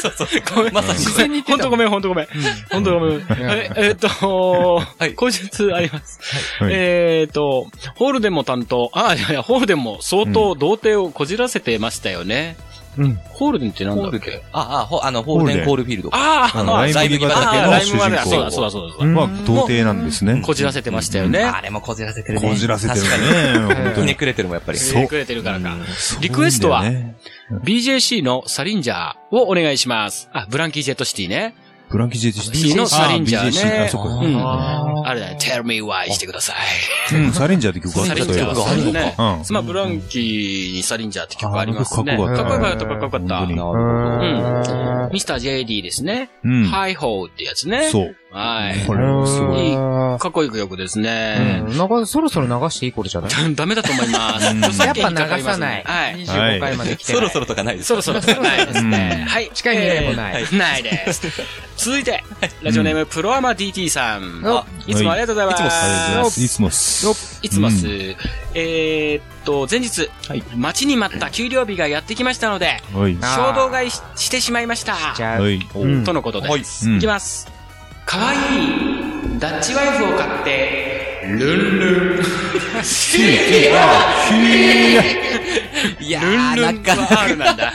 そうそう。まさに
自然に出た。
本当ごめん、本当ごめん。本当ごめん。え、えっと、
はい
後日あります。
はい
えっと、ホールデンも担当、あ、いやいや、ホールデンも相当童貞をこじらせてましたよね。
うん。
ホールデンってなんだっけ
あ、あ、ほ、あの、ホールデン・コールフィールド。
あー
あ
あ
の、
の、
ライ
ライブ
麦
に
あ
畑
ー
の
ライ
主
ムまで、そうだ、そう
人
だ、そうだ。
公は童貞なんですね。
こじらせてましたよね。
あれもこじらせてるね。
こじらせてる
確か
ね、本
に
当
ひね
に。
くれてるもんやっぱり。
そ
ひ
う
ねくれてるからか。
そう
リクエストは
なんだよね
BJC のサリンジャーをお願いします。あ、ブランキー・ジェット・シティね。
ブランキー・ジェイティ
BJC のサリンジャーね
BJC あ、そっ
う
か。
うん。
あー
あれだね、Tell me why してください。
うん、サリンジャーって曲あった
サリンジ
といえ
ャ
ば
ー。あるね。
うん
まあ、ブランキーにサリンジャーって曲ありますね。
あの
か
曲
っこよかっ
か
た、か
っ
っ
こ
こ
よ
よかった。
本当に
な
うん。ミスター JD ですね。
うん。
ハイホーってやつね。
そう。
はい。
これもすごい。
いい
うん
かっこよく曲ですね。
なんかそろそろ流していいこれじゃない
ダメだと思います。
やっぱ
著作権にかか
流
りま
さ
す
ない。
ねはい。
25回まで来て
そ
な
ろ
い。
そろとかないです
そろそろないですね。はい。
近い未来もない
えーないです。続いて、ラジオネームプロアマ DT さん。
お
あいつもありがとうございま
ありがとう
す。
ございます。いつもっす。
いつもっす。
うん
えーっと、前日、待ちに待った給料日がやってきましたので、
はい。
あ
衝動買いししてしまいました。
じゃあ、
はい。
うん
とのことで
はい
す。
うん
いきます。かわいい、ダッチワイフを買って、ルンルン。
いやー、
ル
な
ンルン
かな
はあるなんだ。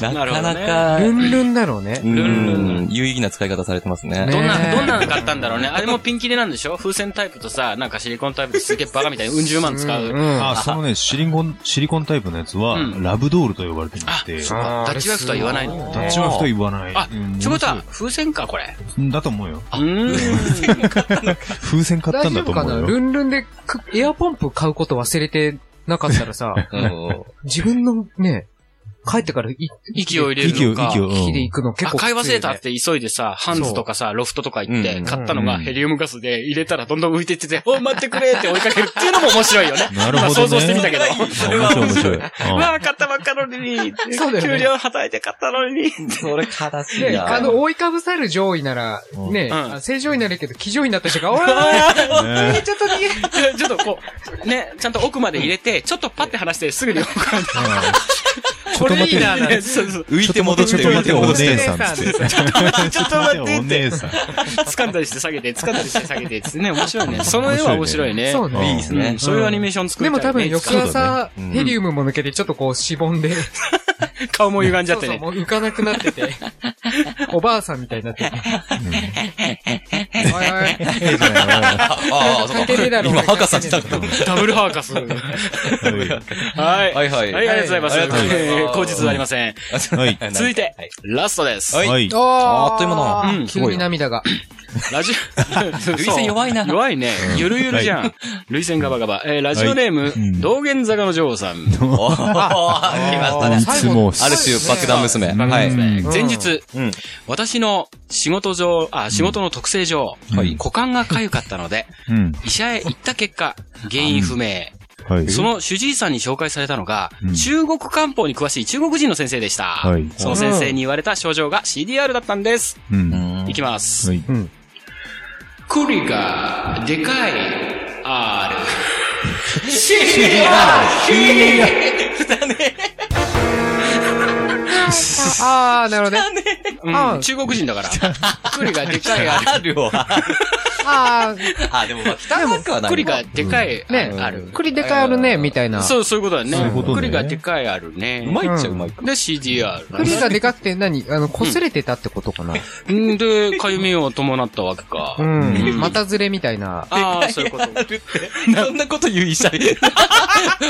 か、なか
な
な
るほどね
か、
ルンルンだろうね。
う
ル
ん、有意義な使い方されてますね。
どん
ね
な、
え
どんなの買ったんだろうね。あれもピンキリなんでしょ風船タイプとさ、なんかシリコンタイプですげえバカみたいにうん十万使う。
んん
あ、そのね、シリコン、シリコンタイプのやつは、
うん
ラブドールと呼ばれてい
あ
て、
そう
ダ
か
あー
ダッチワークとは言わないの
あれすごい
ッチワーフとは言わない。
あ、
うん
そういうことは、風船か、これ。
だと思うよ。
うーん。
風船買った
大
ん
丈
だと
夫かな
思うよ。
ルンルンでくエアポンプ買うこと忘れてなかったらさ、
うん
自分のね、帰ってからい
息を入れ
息
る
を、
のか
息。を。
息で
う
行くの結
あ
構きつい
買い
よね、
忘れたって急いでさ、ハンズとかさ、ロフトとか行って
う、ん
買ったのが
うん
ヘリウムガスで入れたらどんどん浮いていってて、おい待ってくれって追いかけるっていうのも面白いよね。
んなるほどね。
まあ想像してみたけど
あ面白い面白い。
う
うん
わあ買ったばっかなのに、
そうだよね
給料 はたいて買ったのに。
それ悲しい
ね、
な。
あの、覆いかぶさる上位なら、
うん
ね、
うん
あ正常位になるけ ど、騎乗位になった人が、おいおいおいちょっと逃げ、
ちょっとこう、ね、ちゃんと奥まで入れて、ちょっとパッて離してすぐに動かない。
ちょっと待って、
ななんて
そうそう
浮いて戻し
ち
て、
ょっ
浮い
と待って、
て
お
戻して。
姉さんっつって。
ちょっと待って
お
って。
姉さん。
掴んだりして下げて、掴んだりして下げてってね、面白いね。その絵は面白いね。
そう
うん
ね。
いいですね
ん。そういうアニメーション作
で
りた
も
いね
多分翌
そ
朝、
うだねうん
ヘリウムも抜けて、ちょっとこう、しぼ んで、
顔も歪んじゃって
そう
ね
そう。もう浮かなくなって て、おばあさんみたいになってて。おいおい
ええじゃないわ
ああ、そう
関係ねえだ
か。
ろ
今、博士来たけど。
ダブルハーカス。 はい。は。
はいいはい。
ありがとうございます。
ありがとうござい
え
ま
ー
す
後日はありません。
はい。
続いて、ラストです。
はい
はい。
ああっという間だ
なうん
急に涙が。
ラジオ、
涙腺弱いな
そう弱いね。ゆるゆるじゃん。涙腺ガバガバ。えー、ラジオネー
い
ム
うん、
道玄坂の女王さん。
おー、来ました
い
ね。
つもっす
ある種、爆弾娘。
うん
はい。
うん
前日、
うん
私の仕事上、あ、仕事の特性上、
はい
股間が痒かったの で、
うん。
医者へ行った結果、原因不明。
はい。
その主治医さんに紹介されたのが、
うん
中国漢方に詳しい中国人の先生でした。
はい
その先生に言われた症状が CDR だったんです。
うん。はい
きます。
い。
栗が、でかい、R。
ああ、なるほどね。あ
うん、中国人 だから。栗がでかい R。
あるわ。
あ
あ、でも、まあ汚なくはない。
栗がでかい、
あ、ね
ある、。
栗でかいあるね、みたいな。
そう、そういうことだね。
そういうことね
栗がでかい R ね。
うまいっちゃうまい。
で、CDR。
栗がでかくて何あの、擦れてたってことかな。
んで、かゆみを伴ったわけか。
うん。またずれみたいな。
ああ、そういうこと。
そんなこと言う医者。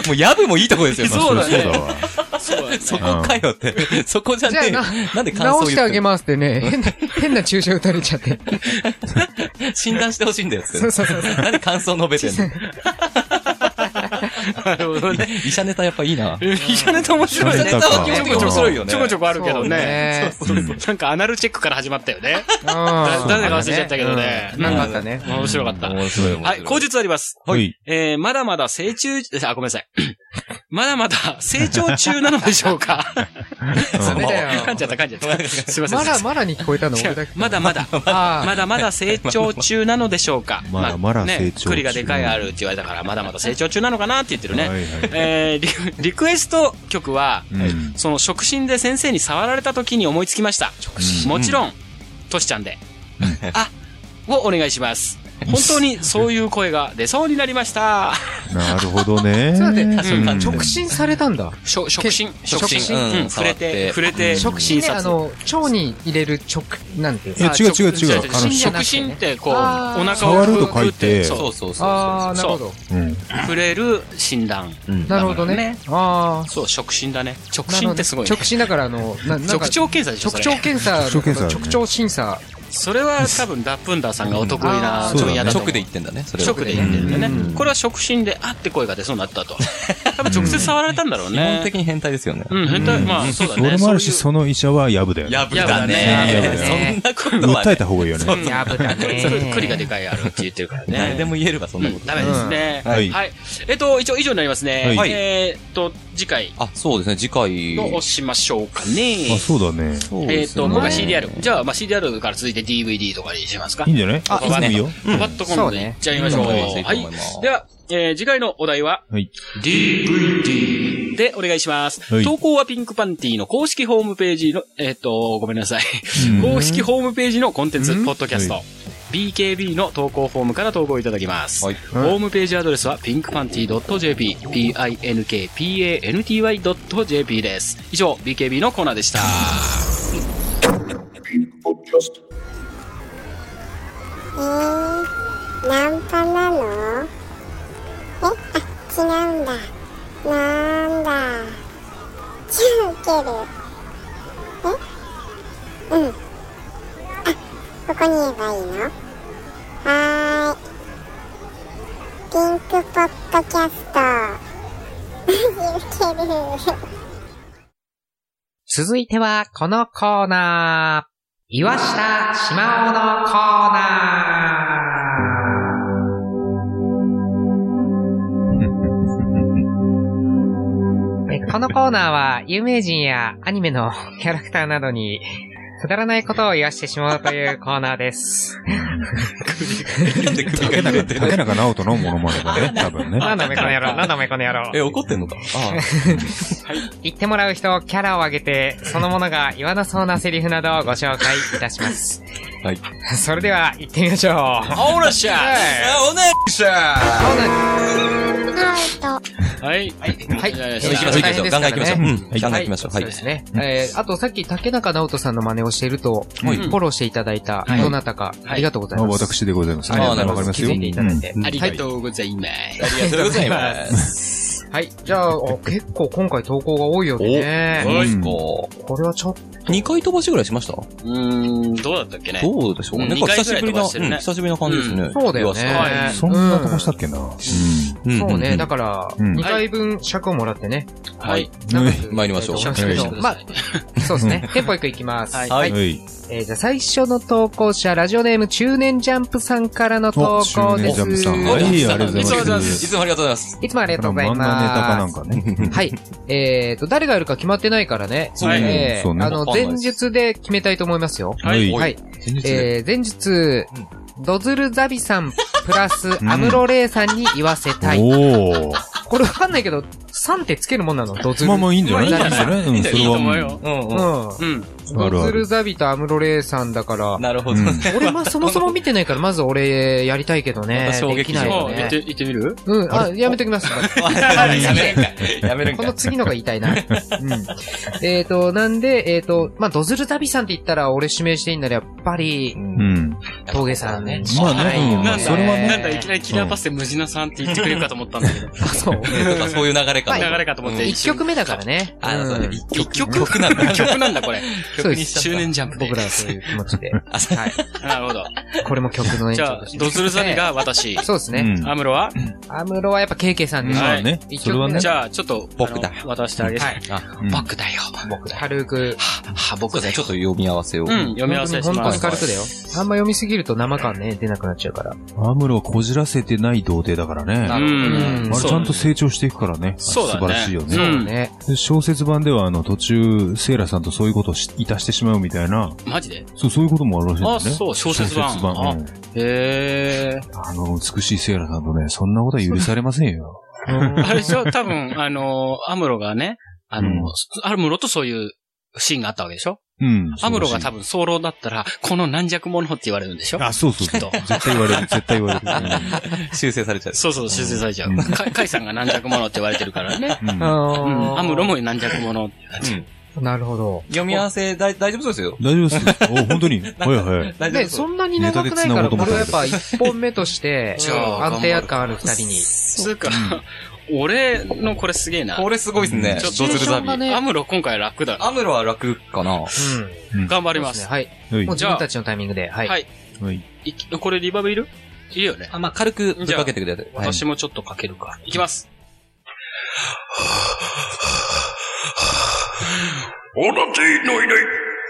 もう、やぶもいいとこですよ。
そうだね
そうだわ。
そうだね。
そこかよって。そこじゃねえ。
じゃあ
なんで感想
直して
言っ
あ
て
げ
んの
ますってね、変な、変な注射打たれちゃって。
診断してほしいんだよって。
そうそうそう。
なんで感想述べてんの
なるほどね。
医者ネタやっぱいいな。
医者ネタ面白い
医者
ね
ネ
ネ。タは基本的に面白いよね。
ちょこちょこあるけどね。
ね。
なんかアナルチェックから始まったよね。
だ
誰だか忘れちゃったけどね
なんかあったね。
面白かった。
面白い面白い。
はい、後日あります。
はい。
えー、まだまだ成長、あ、ごめんなさい。 まだまだ成長中なのでしょうか
ダメだよ
噛んじゃった噛んじゃった。すいません。
まだ
すい
まだに聞こえたの
ません
俺だ
違
け
う。 まだまだ、
あ
まだまだ成長中なのでしょう か
まだまだ成長中
ね、栗がでかいあるって言われたから、まだまだ成長中なのかなって言ってる
は
ね。
いはい
えーリ、リクエスト曲は、
うん
その触診で先生に触られた時に思いつきました。もちろん、トシちゃんで。あ、をお願いします。本当にそういう声が出そうになりました。
なるほどね。
ちょっと待って
うん
直進されたんだ。
しょ触診、
触診
うん
うん
触れて、触
触
れて、
触診ね、
診察
あの、腸に入れる直、なんていう
いや
の
違う違う違うあの
触診触診ってこう、お
あー
腹を
触ると
くぐっ
書いて
そ
そううそうそう。
ああ、なるほど。
うん
触れる診断。
うん
なるほどね。ああ。
そう、触診だね。直
なる
診
ほど
ってすごい、ね
直。進だから、あの、ななん
直
か、
腸検査でしょ
直
そ
腸
れ
検査
直腸検査ね
直腸審査。
それは多分ラップンダーさんがお得意な
うん
分野だと思
直
う
で言ってんだね、それは。
直で言ってるんだ
う
よね。
ん
これは触診で、あって声が出そうになったと。多分直接触られたんだろう
基本
ね。
的に変態ですよね。
うん、変態、まあ、そうだ
そ
ね。
れもあるし、
そう
その医者はヤブだよね。
やぶだ
や
ね
ぶだ
ね。
そんなことはね。
訴えた方がいいよね。
いう
やぶだね
そうそう栗がでかいあるって言ってるからね。
誰でも言えるわ、そんなこと。
ダメですね。
うんはい
はい。えっと、一応以上になりますね。
はい
えーっと、次回
あ、そうですね、次回。
どうしましょうかね。
あ、そうだね。
そう
え
で
ーっ
すね
と、僕が CDR。じゃあ、まあ CDR から続いて DVD とかにしますか
いいんじゃない
あいいっすね
いいよ。
バッと今度
そう
いっ
ね
ちゃいましょう。
うん
はい
うん。
では、えー次回のお題は、
はい。
DVD でお願いします。
はい
投稿はピンクパンティの公式ホームページの、えーっと、ごめんなさい。
うん
公式ホームページのコンテンツ
う、ん
ポッドキャスト。BKB の投稿フォームから投稿いただきます。
はい
ホームページアドレスは pinkpanty.jp、p-i-n-k-p-a-n-t-y.jp です。以上、BKB のコーナーでした。
えー、ナンパなのえあ、違うんだ。なんだ。じゃあ受ける。えうん。あ、ここに言えばいいのはーい。ピンクポッドキャスト。 受ける。
続いては、このコーナー。岩下しまおのコーナー。えこのコーナーは、有名人やアニメのキャラクターなどに、くだらないことを言わしてしまうというコーナーです。
で首が
竹
揺れてる
中、竹中直人のモノマネだね、多分ね。
なんだおめえこの野郎、なんだおめえこの野郎。
え、怒ってんのかあ
言ってもらう人、キャラを上げて、そのものが言わなそうなセリフなどをご紹介いたします。
あ。はい。
それでは、行ってみましょう。
おらっしゃ
あ、おねっしゃ
アウト。
はい。はい。
はい
じゃあ
行きましょう、行きましょう。ガンガン行きましょう。うん。ガンガン行きましょう。は
そう
い
で。すね。えー、あとさっき竹中直人さんの真似をしていると、フ
はい
ォローしていただいた、
い
どなたか、
はい
ありがとうござい
あ
ます。
私でございます。
あ
はい
なるほど
わかりますよ。
気づいていただいて
うん
ありがとうございます。
ありがとうございます。
はい。じゃあ、お結構今回投稿が多いようで
お
ね。
はい
うん
これはちょっと、
二回飛ばしぐらいしました
うーん、どうだったっけね。
どうでしょう
うん
ね。
二回
久しぶりな、
ぐらい飛ば
う
してるね
ん久しぶりな感じですね。
そうだよ
は
ね
い。
そんなとこしたっけな。うん。
う
うん
ん。
そうね。だ
か
から、
うん
2回分尺をもらってね。
はい。
長
は
く
参りましょう
やっていきたいと思い
ま
ま
あ
す、まあ、そうです ね。テンポよくいきます。
は
はいい。
はい。
い。
えーじゃあ最初の投稿者、ラジオネーム中年ジャンプさんからの投
お、
稿
中
です。
年ジャムさん。はいい、
つ
あ
も
りがとうございま
い
す。
つもありがとうございます。
いつもありがとうござい
漫画ネタかなん
ます。
かね。
はい。えーと、誰がやるか決まってないからね。
そうね
えー
そうね
あの、
わかんない
前
です
日で決めたいと思いますよ。
はい
はい。えー、前日、ドズルザビさん、プラ ス、アムロレイさんに言わせたい。
おー。
これわかんないけど、3ってつけるもんなのドズル。
まあまあいいんじゃないいい
まあい
ん
いんじゃ
じゃないうん、そ
いい
れ
と
は。
思うよ。
うん
う。
うん
うん。
ある
ド
あ
ズル
る。
ザビとアムロレイさんだから
ん。、なるほどね。
俺まあそもそも見てないから、まず俺やりたいけどね
ま。た衝
で
撃
き
場
ない
も
よ
う、行っ
ね
て、。行ってみる
うん、あ、やめてきます。
やめるんかい。やめるん
こ
か
の
い。
次のが言いたいな。うん。えっと、なんで、えっ、と、まあ、ドズル旅さんって言ったら俺指名していいんだら、やっぱり
う、
うんん。
峠さんね。
まあね、うん
な
ま
ん
あ
だ、
それは
ね
なんだ、いきなりキラーパスでムジナさんって言ってくれるかと思ったんだけど。
あ、そう。
なんかそういう流れか
流れかと思って。
一曲目だから
ね。
ね。
あの、そう
う
ね
ん
一
一
曲
曲曲なん だ。曲なんだ、これ。
そう
曲
で
に
す
し
周年ジャンプで
僕らはそういう気持ちで。はい。
なるほど。
これも曲の延
じゃ
長
あ
とし、て。
ドズルザミが私。
そうですね。
うん
アムロは
アムロはやっぱ KK さんでしょ。
まあね。
一
それ
曲
は
目
ね
だ
じ。ゃあ、ちょっと、
僕だ
あの渡してあげて。
はい
うん
僕だよ。
僕軽く。
は、僕だよ
ちょ。っと読み合わせを。
うん、読み合わせします。
本当に軽くだよ。あんま読みすぎると生感ね、出なくなっちゃうから。
アムロはこじらせてない童貞だからね。
う
あ
ん。
う
れちゃんと成長していくからね。
そうだね
素晴らしいよね。
うん
ね。
で小説版では、あの、途中、セイラさんとそういうことをしいたしてしまうみたいな、
マジで
そう、そういうこともあるらしいんだ
あ、
よね。
そう、小説版。
小説版。うん
へえ。
あの、美しいセイラさんとね、そんなことは許されませんよ。
あれでしょ多分、あの、アムロがね、あの、
うん
アムロとそういうシーンがあったわけでしょ
うん。
アムロが多
分。
分、早漏だったら、この軟弱者って言われるんでしょ
あ、そうそう そう。絶対言われる、絶対言われる。
修正されちゃう。
そうそう、修正されちゃ
う。
うんカイカイさんが軟弱者って言われて るからね。
うん。うん
うん、
ア
アムロ。も軟弱者。
なるほど。
読み合わせ、だい大丈夫そうですよ。
大丈夫っす。 お、本当に。はいはい。
大丈
で、
夫そ。
そうんなに長くないから、
ネタで繋ごうと思
こ
っ
れ
た
はや
け
っぱ
ど
一本目として
じゃ、あ
安定感ある二人に。
つうか、俺のこれすげえな。
これすごいですね。
ちょっ
ドズルザビ
シ
と
チュエーションが
ー。
ね
アムロ今回楽だな。
アムロは楽かな
うん。
頑張りま。
そうですねはい。
はい
もう自分たちのタイミングで。は。
はいい。
はい。
いきこれリバーブいるいるよね。
あ、まあ、軽くぶっかけてくれて。
私もちょっとかけるか。いきます。
あなたのいない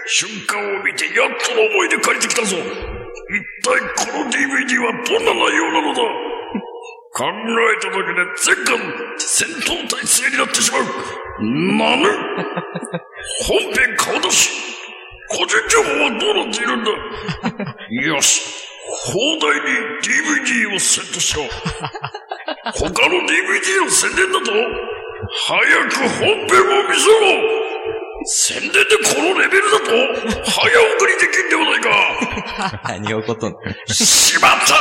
瞬間を見てやっとの思いで帰ってきたぞ。一体この DVD はどんな内容なのだ考えただけで全巻戦闘態勢になってしまう。なぬ本編顔出し個人情報はどうなっているんだよし放題に DVD をセットしよう。他の DVD の宣伝だと早く本編を見せろ宣伝でこのレベルだと、早送りできんではないか。
何をことん。
しまった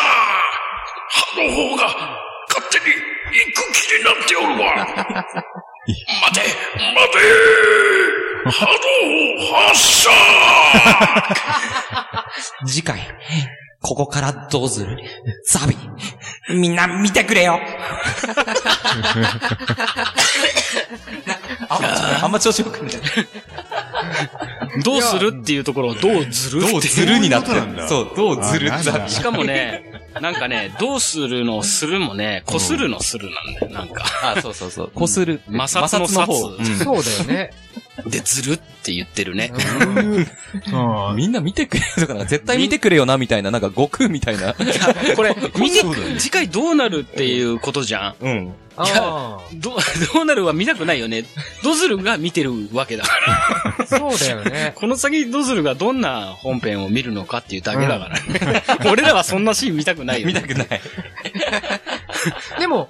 歯の方が、勝手に行く気になっておるわ。待 て、待て波動発射
次回、ここからどうするザビ。みんな見てくれよ
あんま調子よくない。
どうするっていうところをどうずるっていう
どうずるになって
そういうことなんだ
る。そう、どうずる
あなん
ザ
だ
ビ。
しかもね、なんかね、どうするのするもね、こするのするなんだよ。なんか、
あ、そうそうそう。こする。
摩擦の
摩
札
方うん
そうだよね。
でずるって言ってるね。
あ
みんな見てくれとかなんか、絶対見てくれよな、みたいな、なんか悟空みたいな。
これ、見て
そうだよ、ね
次回どうなるっていうことじゃん。
うん。
あ
どう、 どうなるは見たくないよね。ドズルが見てるわけだから。
あ。そうだよね。
この先ドズルがどんな本編を見るのかっていうだけだから ね。俺らはそんなシーン見たくないよね。
見たくない。
でも、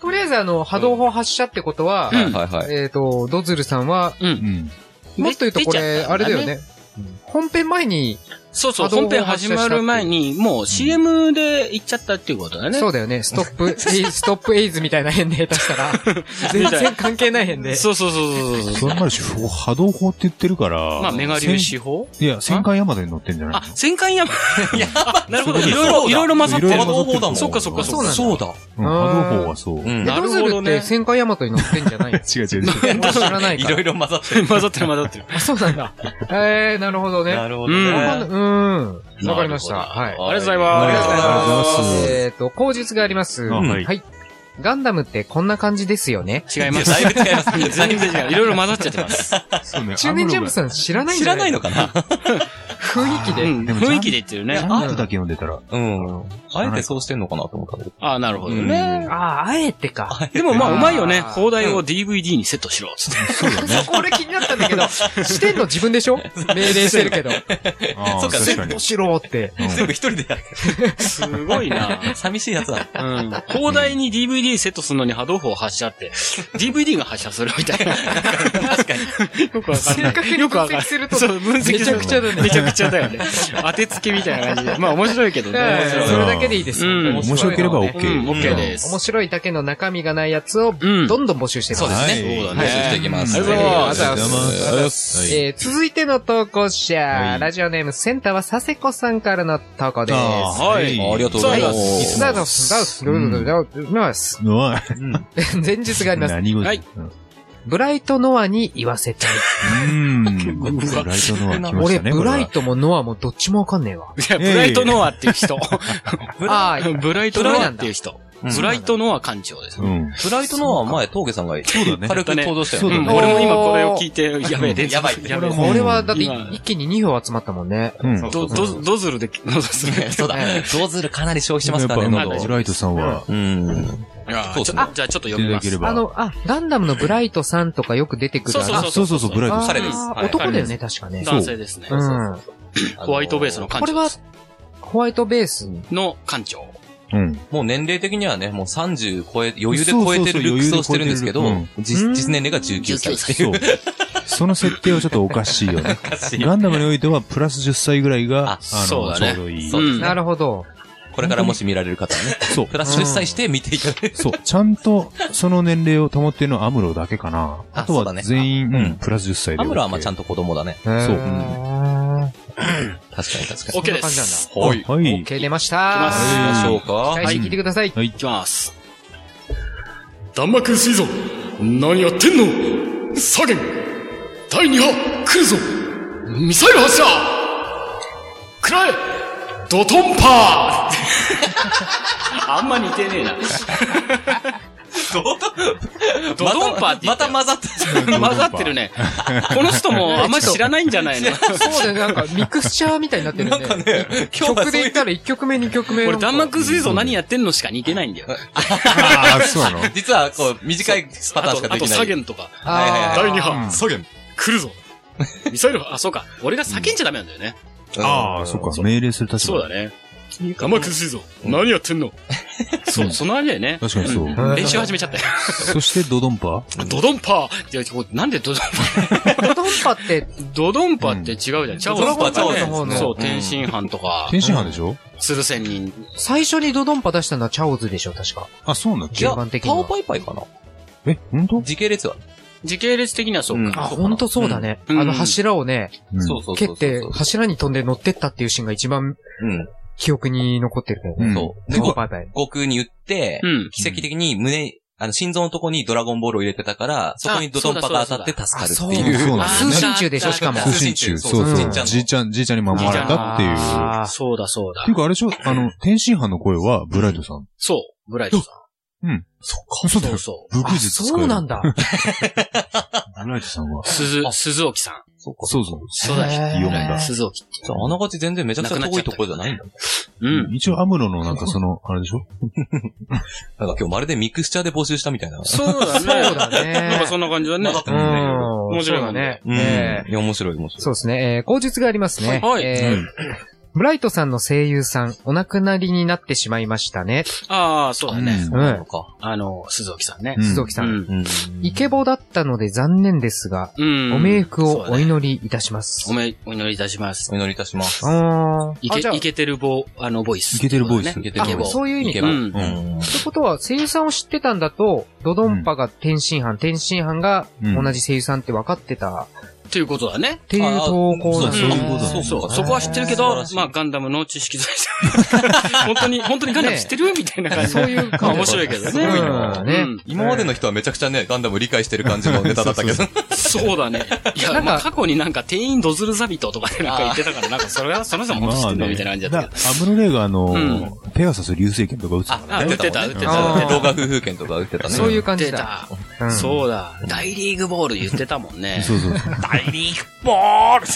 とりあえずあの、波動砲発射ってことは、
うん
はいはい。
えっと、ドズルさんは、
うん。
もっと言うとこ
出ちゃっ
れ、
たんだね
あれだよね。本編前に、
そうそう、
波動
本
を
編始まる前に、もう CM で行っちゃったっていうことだね。
そうだよね、ス トップ、エイストップエイズみたいな変で下手したら、全然関係ない 変で。
そうそうそう そう
そ
そう。
れまでし、波動砲って言ってるから。
まあ、メガ粒子砲
せん。いや、戦艦ヤマトに乗ってんじゃない
あ、戦艦 山。あなるほど。
そう
い
いうこと
ろいろ、いろいろ混ざってる。
いろいろ混ざってる
そっかそっかそっか。
そう
だ。
のうん波動砲はそう。
う
違
ん
え。ドズ
なるほ
ル
ど
って
ね
戦艦ヤマトに乗ってんじゃない の
う違う違う。
俺知らない
い
か
ろ
ら。
いろ混ざってる。
混ざってる混ざってる。
そうなんだ。えー、なるほどね。
なるほど
うん
わかん
ね。
うん。わかりました。
なるほど
はい。
ありがとうございます。
ありがとうございます
えっと、口述があります。
あ
は。
はいい
ガンダムってこんな感じですよね。
違います。だいぶ違います。全然違う。いろいろ混ざっちゃってます。
そう ね
中年ジャンプ
ん。
さん知らないん
知
じゃ
らないの
か
かな
雰囲気
う
で。
ん。
でもちゃん
雰囲気で言ってる
ジ
ね。
ャンプだけ読んでたら。
うん。あえてそうしてんのかなと思ったけど。
ああ、なるほど
うん
ね。
ああ、あえてか。
でもまあ、
うん
うまいよね。放題を DVD にセットしろ。つっ て
そこ俺気になったん だけど、してんの自分でしょ命令してるけど。
ああ、
そうか
確か
ど
に
う。しろって。
全部一人でやって
すごいな。
る。 寂しいやつだ。
うん。放題に DVD セットするのに波動砲を発射って、DVD が発射するみたいな。
確か
かに。よくわかんない。よくわかんない。そう、分析する
めちゃくちゃだね
めちゃくちゃだよね。当てつけみたいな感じで。まあ面白いけどね。面白い
それだけでいいですよ。
うん
面白ければ OK
うん、OK です。
面白いだけの中身がないやつを
ん
どんどん募集してます。
すね
そうだね。
はい
していきます。
ありがとうございます
ありがとうございます。はい
えー続いての投稿者、
はい
ラジオネームセンターは佐世子さんからの投稿です。
あー
はい
ありがとうございま
そう
す。
なの、す、なの、す、なの、す、
うわ
前日があります。
何事
はい
うん
ブライトノアに言わせたい。
うーん。ブライトノア来まし
俺、
たね。
ブライ
こ
トもノアもどっちもわかんねえわ。
いや、ブライトノアっていう人。
あー
ブライトノアっていう人。
ん
ブライトノア館長です。
れは。うん。
フライトのは前、峠さんが
そうだね
軽く登場した
そ
よ
うだ
うん
ね
おー
俺も今これを聞いて、やべえ、連
やばい
やべえ。
これは、だって
今
一気に2票集まったもんね。
うん。
ど、ど、ドズルで、ドズルで。
そうだ。ドズルかなり消費してますからね、
やっぱ
喉
ブ。ライトさんは、
うん。
あ
そ
ー
う
ち
そ
ょ
う
じゃあちょっと読
いた
み
だ
ま
け
す
れ。ば。
あの、あ、ガンダムのブライトさんとかよく出てくるあの
そう
あそうそうそう、ブライト
あー
さん。
彼ですはい
男だよね、確かね。
男性ですね。
うん。
ホワイトベースの
こ
館
れ
長
は
です。、
ホワイトベース。
の館長。
うん。
もう年齢的にはね、もう30超え、余裕で超えてるルックスをしてるんですけど
そうそうそう、
実実年齢が19歳ってい。
そうう。その設定はちょっとおかしいよね。ガンダムにおいては、プラス10歳ぐらい
あ
が、あ
そう
の、
だ
ちょ
ね
うどいい。
そうですね
なるほど。
これからもし見られる方はね、
そう
プ。ラス10歳して見ていただいて。
そう。ちゃんと、その年齢を保っているのはアムロだけかな。
あ
あと
そうだ
は
ね
全員、
あ
う
うん
んプラス10歳で
ア
OK。
ムロはまあちゃんと子供だね。
そう
確かに確かに。
はそんな
OK で
感じなんだ
す。
と。はい。は
オ
い
ッ。ケー出まし
行
た
きます。
行きましょうか。
期待して聞いてください。
はい
いきます。
弾幕薄いぞ何やってんの左舷第2波来るぞミサイル発射くらえドトンパー
あんま似てねえな。ドドンパーって言
ま
った
た
よ
混ざった。
混ざってるね。この人もあんまり知らないんじゃない の
そうだよ、なんかミクスチャーみたいになってる よね。
今日は
曲
そう
で
い
言
う
ったら1曲目、2曲目。
俺、弾幕水
そ
槽
うね
何やってんのしか似てないんだよ。
ああ、そうなの
実はこう、短いパター
あ
ンしかで
と、あと、
きな
左
い。
舷とか。
はいはいはい
第2
う
波
ん
左舷来るぞ
ミサイル、あ、そうか。俺が叫んじゃダメなんだよね。
ああ、そっか。命令する立場。
そうだね。
弾幕薄いぞ何やってんの
そう、そのあれだよね。
確かにそう。
うん
練習始めちゃったよ。
そして、ドドンパ
ドドンパーいや、これなんでドドンパ
ドドンパって、
ードドンパーって違うじゃん。チャオ
ドドンパーチャオズの
ズ
方の
そう、天津飯とか、
天津飯でしょ
鶴仙人。
最初にドドンパ出したのはチャオズでしょ、確か。
あ、そうなんだ。
じゃ
順
あ
番的に
パ
は
オパイパイかな
え、ほんと
時系列は。
時系列的にはそう
あ、
か。
ほんとそうだね。あ
うん
の柱をね、
そうそうそ
蹴
うそう。
って、柱に飛んで乗ってったっていうシーンが一番
うん。
記憶に残ってるけどね。
ん
そう。で、
ドド
ご
ンパだよ。
悟空に言って
う、ん。
奇跡的に胸、あの、心臓のとこにドラゴンボールを入れてたから、そこにドドンパが当たって助かるって
あ
いう。
そうだ
通信中でしょ、しかも。
通信中。
そ
そうう
そう
そ
じいちゃん
う。
の
じいちゃん、じいちゃんに守られたっていう。っ
あー
そうだそうだ
てい。うか、あれでしょあの、天津飯の声は、ブライトさん。
そう、ブライトさ
そうそ
ん。
うだ
そう
よ。
そう。
武
あ、
器術使える
そうなん。だ。
ブライトさんは。
鈴、鈴沖さん。
そうそう。
そうだ
へー
読んだ
鈴沖って。
じゃああながち全然めちゃくちゃ遠いところじゃないんだ。
うん。
一応、アムロのなんかその、あれでしょ
なんか今日まるでミクスチャーで募集したみたいな。
そうだね。
そうだね
なんかそんな感じだね。
うん。面
白い
だね。
うん。い
え
や、面白い面白い。
そうですね。えー、口述がありますね。
はい
えーブライトさんの声優さん、お亡くなりになってしまいましたね。
ああ、そうだね。
う
なん
ん。
か。
あの、鈴沖さんね。
鈴木さ。
うんん。
うん。
イケボだったので残念ですが、
うん。
ご冥福をお
り、
祈りいたします。
おめ、お祈りいたします。
お祈りいたします。
あー
い
あ、じゃあ
け、いけてるボ、あの、ボイス。
イケてるボイス
ね
いけて
イ
る
ケボ
あ。そういう意味
け
か
ば。う
うん
ん。
ってことは、声優さんを知ってたんだと、ドドンパが天津飯、天津飯が同じ声優さんって分かってた、っ
ということだね。
ていう投稿なん
あ
だ
そういうことだ
そ
ね
う
そ。
そうう。
そこは知ってるけど、まあ、ガンダムの知識材。 本当に、本当にガンダム知ってるみたいな感じ。
そういう
まあ
感
面
じ。
白いけどね。
すごいな
うん
ね
うん
今までの人はめちゃくちゃね、ガンダム理解してる感じのネタだったけど。
そうだね。い
な
や、
んか
まあ、過去になんか店員ドズルザビトとかでなんか言ってたから、なんかそれは、その人も本当知ってんのみたいな感じだっ
だ
たけど。
アムロレイがあ
う
の
ん、
ペガサス流星拳とか撃つから
あ、打ってた、打ってた。
あー
打って
動画夫婦券とか売ってた
う
ね。
んそういう
た
感
出
じだ。
た。
うん
そうだ。大リーグボール言ってたもんね。
そうそうそう。
大リーグボール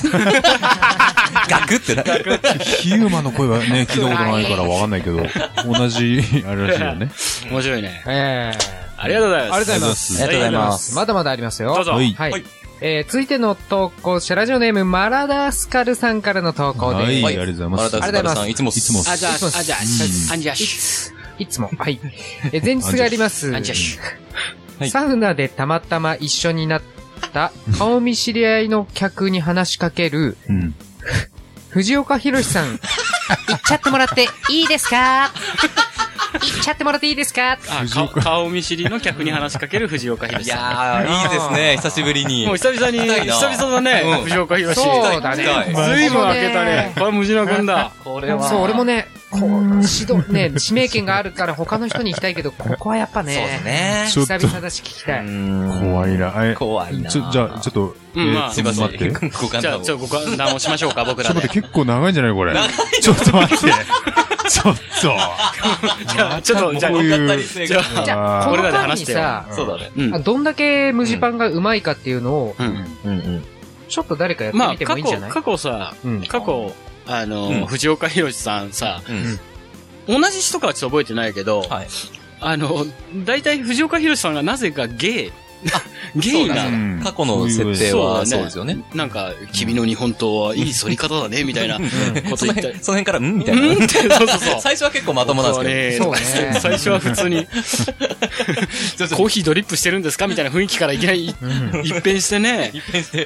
ガクってな。
ヒューマンの声は ね、聞いたことないからわかんないけど、同じ、あれらしいよね。
面白いね。
ええ
ありがとうございます。
ありがとうございます
ありがとうございます。
まだまだありますよ。
どうぞ。
はい
はい。
はい
えー、続いての投稿者、ラジオネーム、マラダスカルさんからの投稿です。
はい
はい、
ありがとうございます
ありがとうございます。いつも。
いつも
あじゃあ、あじゃあ、アンジャッ
い
シ
つ、いつも、はい。えー、前日があります
ュ。アン。ジャッシュ。
はい
サウナでたまたま一緒になっった顔見知り合いの客に話しかける、
うん。
藤岡弘さん、行っちゃってもらっていいですか行っちゃってもらっていいですか
あか顔見知りの客に話しかける藤岡
い
弘さ
やー、いいですね、久しぶり
ん。
に。
もう久々に、
痛
久
いな
々だね、
うん
藤岡弘
そうだね
行きたい。
ずいぶん開けたね。これは無事な君だ。
これ
そう、俺も
ね。
ね、こう、指導、ね、知名権があるから他の人に行きたいけど、 ここはやっぱ
そ
ね、
うですね。
ちょっと
久々だし聞きたい。
怖いな。え、
怖いな。
ちょ、じゃあ、ちょっと、
うん
えー
まあ
ち
すい
ょっ
ま
と
せん。
待って。ちょっ
ご勘
じゃ
弁
あ、
を。
ちょっとご勘談をしましょうか、僕ら
と
で。
待って、結構長いんじゃないこれ。
長い
ちょっと待って。ちょっと。
じゃあ、ちょっと、じゃ
こう
あ、
いう。
じゃあ、
じゃあ、
あー
この
俺らで
間
話
に
して
さ、
そうだね。
うん
あ。どんだけ無地パンがうまいかっていうのを、
うん
うんうん。
ちょっと誰かやって
まあ、
みても
過
いいんじゃ
去、
ない、
過去さ、
うん。
過去、あのー、
うん
藤岡弘さんさ、
うん
同じ人かはちょっと覚えてないけど、
はい
あの、大体藤岡弘さんがなぜかゲイ、ゲイ
そうだ
な、
ん
過去の設定は
そ
そう
だね
うですよね。
なんか、君の日本刀はいい反り方だね、みたいなこと
そ
言
の
った
辺
り。
その辺から、んみたい
うん
な
っ。て、そうそうそう。
最初は結構まともなんですけ
そう
ね
ね
最初は普 通に、コーヒードリップしてるんですかみたいな雰囲気からいきなり一変してね、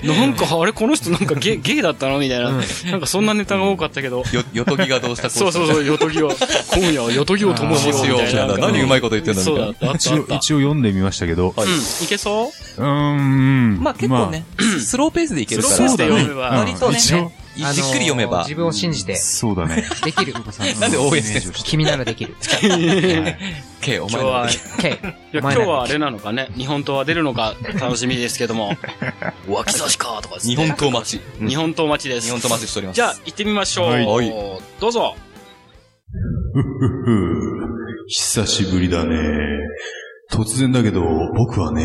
なんか、あれ、この人なんか ゲイゲイだったのみたいな、なんかそんなネタが多かったけ
ど、
ど、
よ、よとぎがどうしたこ
そうそう
う
そう、よとぎを、今夜はよとぎをともしようみたいな。
何うまいこと言ってんだみ
そう
た
だ
い
っ
な。
た、あった
一
あ
応、
っ
一
た
応。読んでみましたけど、
は
う
い
ん、いけそう
うーん。
まあ結構ね、スローペースでいけるから。
スローペースで読めば
うん
割とね
一応、
じっくり読め
あの
ば。
自分を信じて、
そうだね。
で きる。
なんで応援してん
る
君ならできる。
けお
今
前
日
の
は、い
OK。お
や
前
今日
なら
はあれなのかね、日本刀は出るのか楽しみですけ ども、脇差しかとかですね
日本刀 待ち。
日本刀待ちです。
日本とマスしております。
じゃあ、行ってみましょう。
はい
はい
どうぞ。
久しぶりだね。突然だけど、僕はね、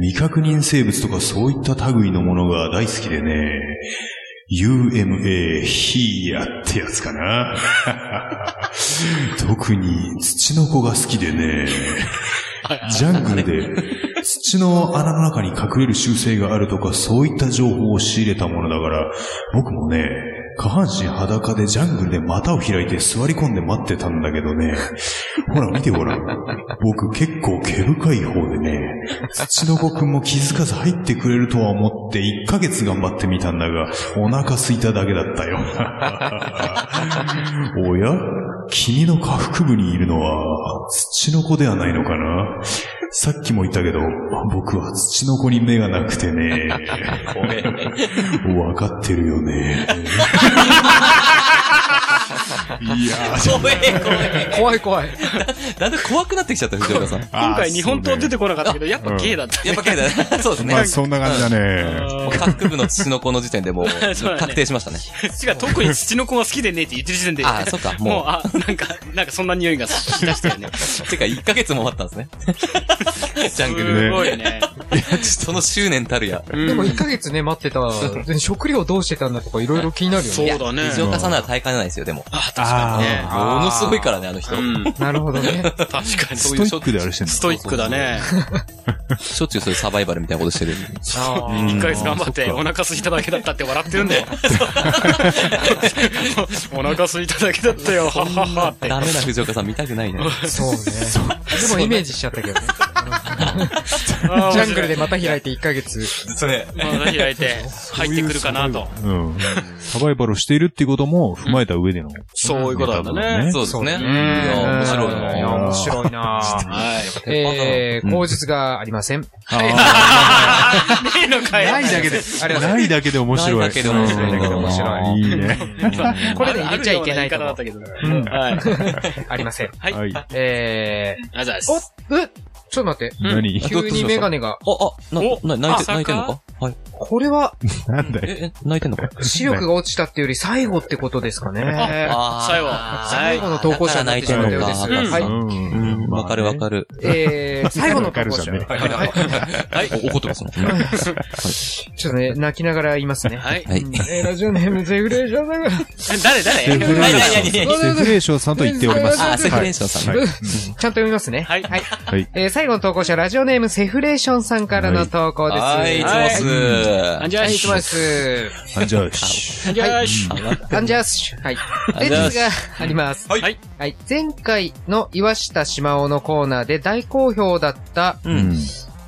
未確認生物とかそういった類のものが大好きでね、UMA ヒーヤってやつかな。 特に土の子が好きでね、ジャングルで土の穴の中に隠れる習性があるとかそういった情報を仕入れたものだから、僕もね、下半身裸でジャングルで股を開いて座り込んで待ってたんだけどね。ほら見てほら。僕結構毛深い方でね、土の子くんも気づかず入ってくれるとは思って1ヶ月頑張ってみたんだが、お腹空いただけだったよ。 おや君の下腹部にいるのは土の子ではないのかなさっきも言ったけど、僕は土の子に目がなくてね。わかってるよね。いやー、
怖え、怖え。
怖い怖い。
だんだん怖くなってきちゃった、藤岡 さん。
今回日本刀出てこなかったけど、やっぱ
うん
ゲイだった。
やっぱけだね。そうですね。
そんな感じだね。
もう各部の土の子の時点 でもう、
そうだね
確定しましたね。
違う、特に土の子が好きでねって言ってる時点で。
あーそっかもう
もう、あ、なんか、なんかそんな匂いがしだしたよね。
てか、1ヶ月も待ったん ですね。ジャングルで。
すごいね。
その執念たるや。
でも1ヶ月ね、待ってた。食料どうしてたんだとかいろいろ気になるよ
そう
ね。
だね。
藤岡さんなら体感じゃないですよ、でも。
あ
ものすごいからね、あの人。
うん。
なるほど ね。
確かに。
ー
そ
ス
うい
ト
う
イックであれしてんだ
ストイックだね。
しょっちゅうそういうサバイバルみたいなことしてる。
一ヶ月頑張って、お腹空いただけだったって笑ってるんだよ。お腹空いただけだったよ、はっはっはって。
ダメな藤岡さん見たくないね。
そうね。でもイメージしちゃったけどね。ジャングルでまた開いて1ヶ月。
それ。
まだ開いて、入ってくるかなと。
うん。サバイバルをしているってことも踏まえた上での。
そういうことなんだね。
そうですね。い
うん
や、面白い
いや、
な。
面白いな
はい。
えー、口述がありません。
ねえのかよ。
だけで、ないだけで面白い。
ないだけで面白い
うんないだけで面白い。いいね。
これで入れちゃいけないと
方だ
思
っ
う
たけど。
うん。
はい。
ありません。
はい。あ
は
り
い。
え
がとうございま
ー、お
す。
えちょっと待って。
何
急にメガネが、
あ、あ、な、な、泣いて、
お
泣いてんのかはい。
これは
なんだよ。
え、え、泣いてんの か
視力が落ちたっていうより最後ってことですかね。
あ
最後。
最後
は
の投稿者になってしまったようです。
だから泣いて
は
る
い。
うん
わかるわかる。
えー、最後の投稿
わかる
者。
じゃんね
お怒ってますね。
ちょっとね、泣きながら言いますね。
い。はい。
はい。
えー、ラジオネームゼフレーション さんが、
誰
セフレ
誰
ーション
何
さん。セフレーションさんと言っております。
あ、セフレンションさんね。
ちゃんと読みますね。
はい。はい。
はい。
えー、最後の投稿者、ラジオネームセフレーションさんからの投稿です。
はい、いつもっす。
アンジャ
は
ー
い、い
シ
つ
ュ
も。です。
あじゃあ、し
アンジャーシュ。
アンジャースシュ。はい。
ンジャース
ですが、あります。
はい
はい。
はい。前回の岩下島尾のコーナーで大好評だった、
うん。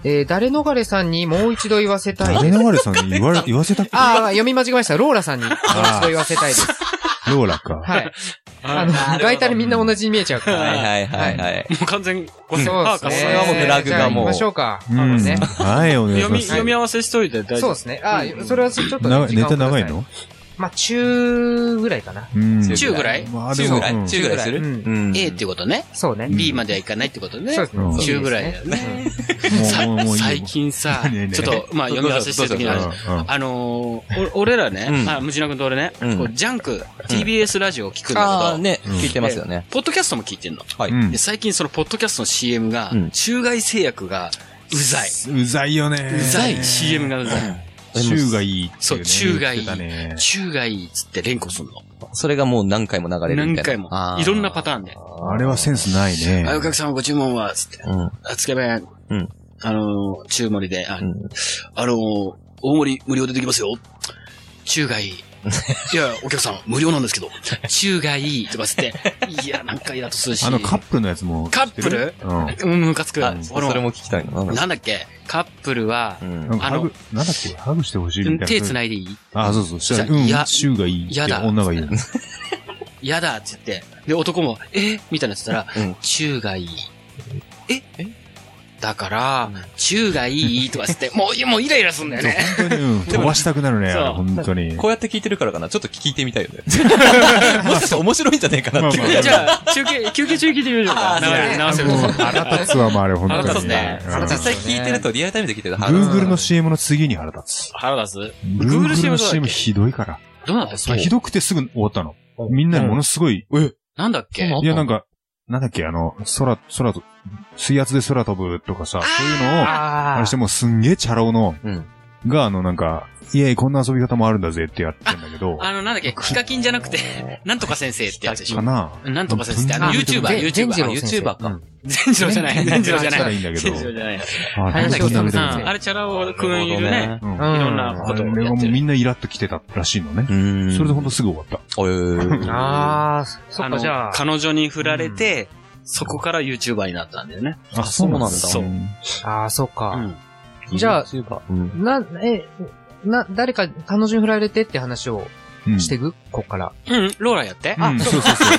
えー、誰逃れさんにもう一度言わせたい。
誰流れさんに言われ、言わせたっけ
ああ、読み間違えました。ローラさんにもう一度言わせたいです。
ローラか。
はい。あの、バイタルみんな同じに見えちゃうから。
はいはいはいはい。
もう完全、ごめん
そうです
あ
ね。
それはもうフラグがもう
じゃあ行きましょうか。
う
あの
ん。
ね
はい、お願いし
読
ま
み、
す。
読み合わせしといて大
そ
丈
う
夫。
ですね。あー、それはちょっとね
な
時間
ネ
をく
タ
ださ
長いの
まあ、中ぐらいかな。
うん。
中ぐらい
まあで
中
も
ぐら
うん
い中ぐらいす
う
る
ん。
うん
?A っていうことね。
そうね。
B まではいかないってことね。
そうですね
うん。
中ぐらいだよ
ね。
さ
もうもうもういいよ
最近さ
ねえね、え
ちょっと、まあ、読み合わせしてる時にあるじゃん
うんうん。
あのー、お俺らね
う、ん
あ、ムジナ君と俺ね、
うん
こうジャンク、TBS ラジオを聞くん
あ
だ
あ、
けど、
ね、聞いてますよね。
ポッドキャストも聞いてんの。
はいう
ん
で最近そのポッドキャストの CM が、
うん
中外製薬がうざい。
うざいよね。
うざい CM がうざい。
中がいいっていうね。
そう、中外い
言ってたね
い。中外いいっつって連呼すんの。
それがもう何回も流れるみた
何
いな。
回も
あ。ー
いろんなパターンで。
あれはセンスないね。
あ、お客様ご注文は、つって。
うん。
あ、つけ麺。
うん
あのー、中盛りで、あ、
ん
あのー、大盛り無料でできますよ。中外いい。いや、お客さん、無料なんですけど、中外いいとかつって、いや、なんかイラッとするし。
あのカップルのやつも。
カップル
うん。
うん、ムカつく。
あ
あ
そ
の
れも聞きたいな。
なんだっけ、カップルは
う、ん
なんか
あ
ハ
の
グ、なんだっけハグしてほしいみたいな。
手繋
い。
いでいい
あ、そうそう。したら、
じゃ
うん
や、
中がいいって
やだ
女がいい。
嫌だって言って、で、男も、えみたいなって言った
う
ら
ん、
中がいい。ええだから、中がいいとかつって、もう、もうイライラすんだよね。
本当に、 うん飛ばしたくなるね、
そう
あれ本当に。
こうやって聞いてるからかな。ちょっと聞いてみたいよね。もしかしたら面白いんじゃねえかなっていう。
まあま
じゃあ、休憩、休憩中聞いてみましょうか。流れ、流せるとこ。
腹立つわ、もうあれ、本
腹
当
立つ
に。
ね
実際聞いてるとリアルタイムで聞いてると腹立つ
Google の CM の次に腹立つ。
腹立つ Google
Google の
CM
CM ひどいから。
どうなったっけ
ひどくてすぐ終わったの。みんなにものすごい、
なんだっけ
いや、なんか、なんだっけ、あの、空、空と、水圧で空飛ぶとかさ、そういうのを、あ
あ
れしてもうすんげえチャラ男の、
うん
が、あの、なんか、いえ、こんな遊び方もあるんだぜってやってんだけど、
あの、なんだっけヒカキンじゃなくて、なんとか先生ってやつでし
か
ょ。
な
なんとか先生って、あの、
あ
YouTuber、
ぜ善次
YouTuber。
郎先生
YouTuber か。
全次郎じゃない。全次郎じゃない。
いいんだけど
全次郎じゃない。
あ
あれだっ
本
け
当に
う
ダメだよ
んあれ、チャラ男くんいるね。
うん
うん
いろんな
あ
ことを
れ
や
は
っ
も
て
う
る。
みんなイラっと来てたらしいのね。
うん
それでほんとすぐ終わった。
お
あ。
ー
ああ、そ
あ
っ
の
か、じゃあ。
彼女に振られて、そこから YouTuber になったんだよね。
あ、
そうなんだ
そう。
ああ、そっ
う
か。
ん。
じゃあ、
うん
な、え、な、誰か彼女に振られてって話を
うん
してくこっから。
うん、ローラやって。
うん、そうそうそう。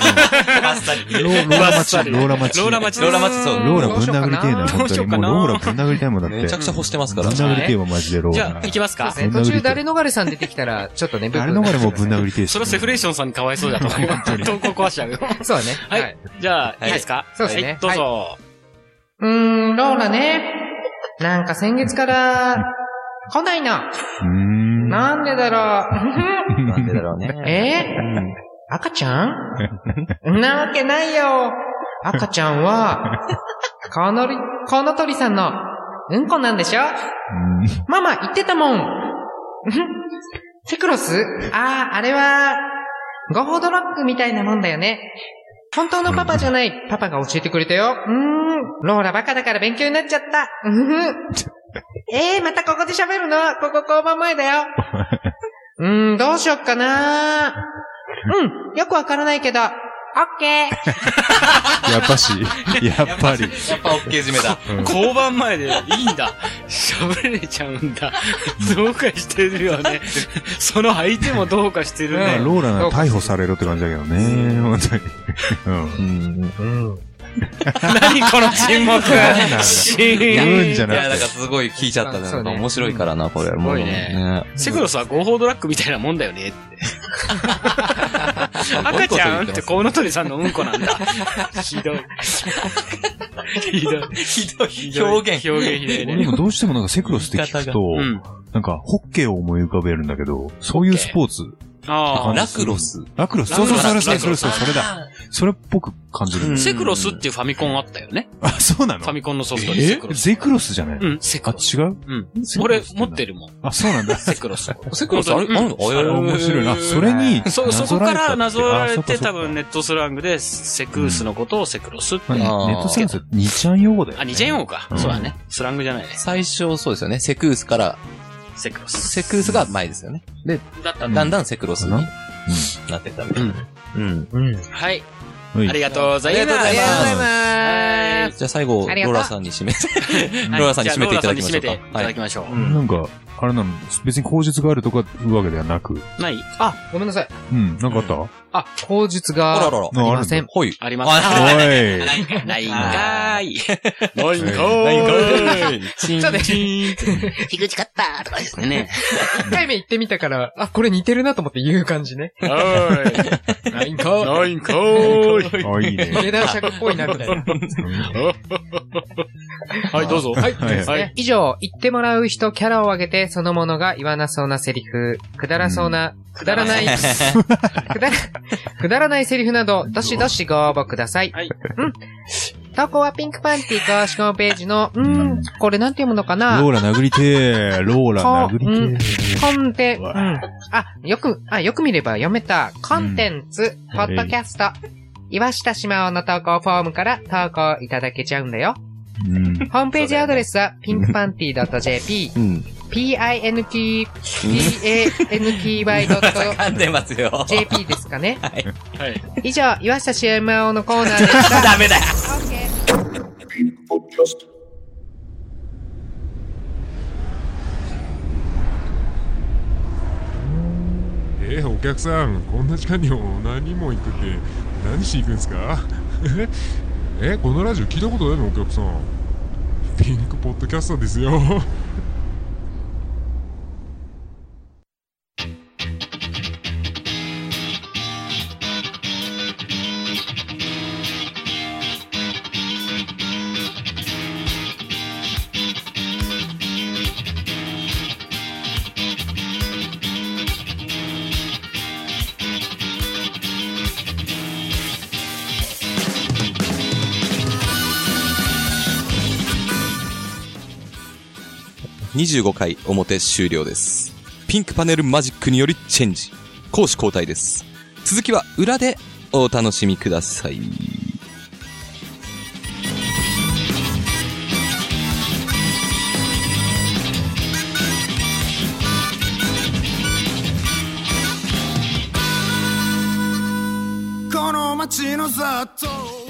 バッサ
うん
リ。
ローローラ待ち、ローラ待ち。
ローラ待ち。
ローラ待ちそう
ローラぶん殴りてえな、
ど
本
うし
当
よ
に。
うか
もう
な
ローラぶん殴りたいもんだっ
め
て
ちゃ。くちゃ干してます
ぶ
か
ん
ら。
殴りてえわ、マジでロー
じ
ラ
ゃ。あ、行きますか。
そうですね。途中誰逃れさん出てきたら、ちょっとね、
あれの方がもうぶん殴りてえし。
それはセフレーションさんにかわいそうだと思う。投稿壊しちゃうよ。
そうだね。
はい
はい。
じゃあ、いいですか
そうですね
はいどうぞ。
うーん、ローラね。なんか先月から、来ないな。
うーん。
なんでだろ
なんでだろうね。
う。えー、赤ち ゃんんなわけないよ。赤ちゃん は、コウノリ、コウノトリさんの、うんこなんでしょ
うん
ママ言ってたもん。 んセクロスああ、あれは、合法ドラッグみたいなもんだよね。本当のパパじゃない、パパが教えてくれたよ。うーん、ローラバカだから勉強になっちゃった。 うふふ。ええー、またここで喋るのここ交番前だよ。うーん、どうしよっかなうん、よくわからないけど、オッケー。
やっぱし、やっぱり。
やっぱ OK 締めだ。
交番前でいいんだ。喋れちゃうんだ。どうかしてるよね。その相手もどうかしてる
まあ
ね。
ローラなら逮捕されろって感じだけどね、本当に。
何この沈黙
だ
シ
うん。や
ーン。
るんじゃ
いや、
な
なん
く
か
て。
すごい聞いちゃった
そう
ね。
ね
面白いからな、これ。す
ごいね。セクロスは合法ドラッグみたいなもんだよねって。赤ちゃんってコウノトリさんのうんこなんだ。ひどい。ひどい。
ひどい表
表現
現。
ひどい
俺で
ね。
もどうしてもなんかセクロスって聞くと、
うん。
なんかホッケーを思い浮かべるんだけど、そういうスポーツ。
あ
ラクロス。
ラクロス。
ラ
そ
ク
うそ
ロス
う、それそれ
ラク
それ
ロス
それそれだ。それっぽく感じるん
あ。
です。
セクロスっていうファミコンあったよね。
あ、そうなの
ファミコンのソフトでセ
え
クロス。
ゼクロスじゃない
うん、セク
あ、
ロス。
違う
うん。
セクロ
俺
ス
持ってるもん。
あ、そうなんだ。
セクロス。
セクロスあれ、
うん
あるの
あ面白いな。それに、
そ、そこからな
な
ぞ
ぞ
ら
らえ
れ
たってあ
て
そっかそっか
多分ネットスラングでセクースのことをセクロスって。
まあ
あー
ネットセンス、二ちゃん用語だよ。
あ、二次元王か
う。ん
そうだね。スラングじゃないね。
最初、そうですよね。セクウスから、
セクロス。
セクウスが前ですよね。
だった
だんだんセクロスに
うん
なってったみたいな。うん。
は
は
い。
い
ありがとうございます。
ありがとうござい
は
じゃあ最後、
ありがと
ロ
う
ーラさんに締めて、
い
ローラさんに締めていただきましょう
じゃあローラさんに締めてい
か。
た
は
だ
い
き。ましょう。
なんか、あれなの、別に口述があるとかいうわけではなく。
ない
あ、ごめんなさい。
うん、なんかあった、おい
あ、口述
あら
が
らら
あ。りません。
はい。
ありますかないんかい。ないんか い。
ないんか
ないん
ーい。
か い。
ちょっとね、
ひぐちかったとかですね。
一回目行ってみたから、あ、これ似てるなと思って言う感じね。
は
ライン
い。
か。
ないんかーい。
あ、いいね。
下段尺っぽいな、みたい な。
はい、どうぞ。はい。
はい
はい。
以上、言ってもらう人、キャラを上げて、そのものが言わなそうなセリフ、くだらそうな、くだらない、くだら、くだらないセリフなど、どしどしご応募ください。
はい
うん。投稿はピンクパンティ公式ホームページの、うん、これなんて読むのかな
ローラ殴りてー。ローラ殴りてー。
コンテ、う。
うんわ
あ、よく、あ、よく見れば読めた。コンテンツ、ポッドキャスト。岩下島尾の投稿フォームから投稿いただけちゃうんだよ。
うん。
ホームページアドレスは、ピンクパンティ .jp、
うん。
p-i-n-k-p-a-n-t-y.jp
噛んでます よ。
ですかね。
はい。
以上、岩下島尾のコーナーでした。ダメだ !OK。
Podcast.
えーお客さんこんな時間にお何も行くって何しに行くんですか えこのラジオ聞いたことないのお客さんピンクポッドキャストですよ
25回表終了です。ピンクパネルマジックによりチェンジ。攻守交代です。続きは裏でお楽しみください。
この街の雑踏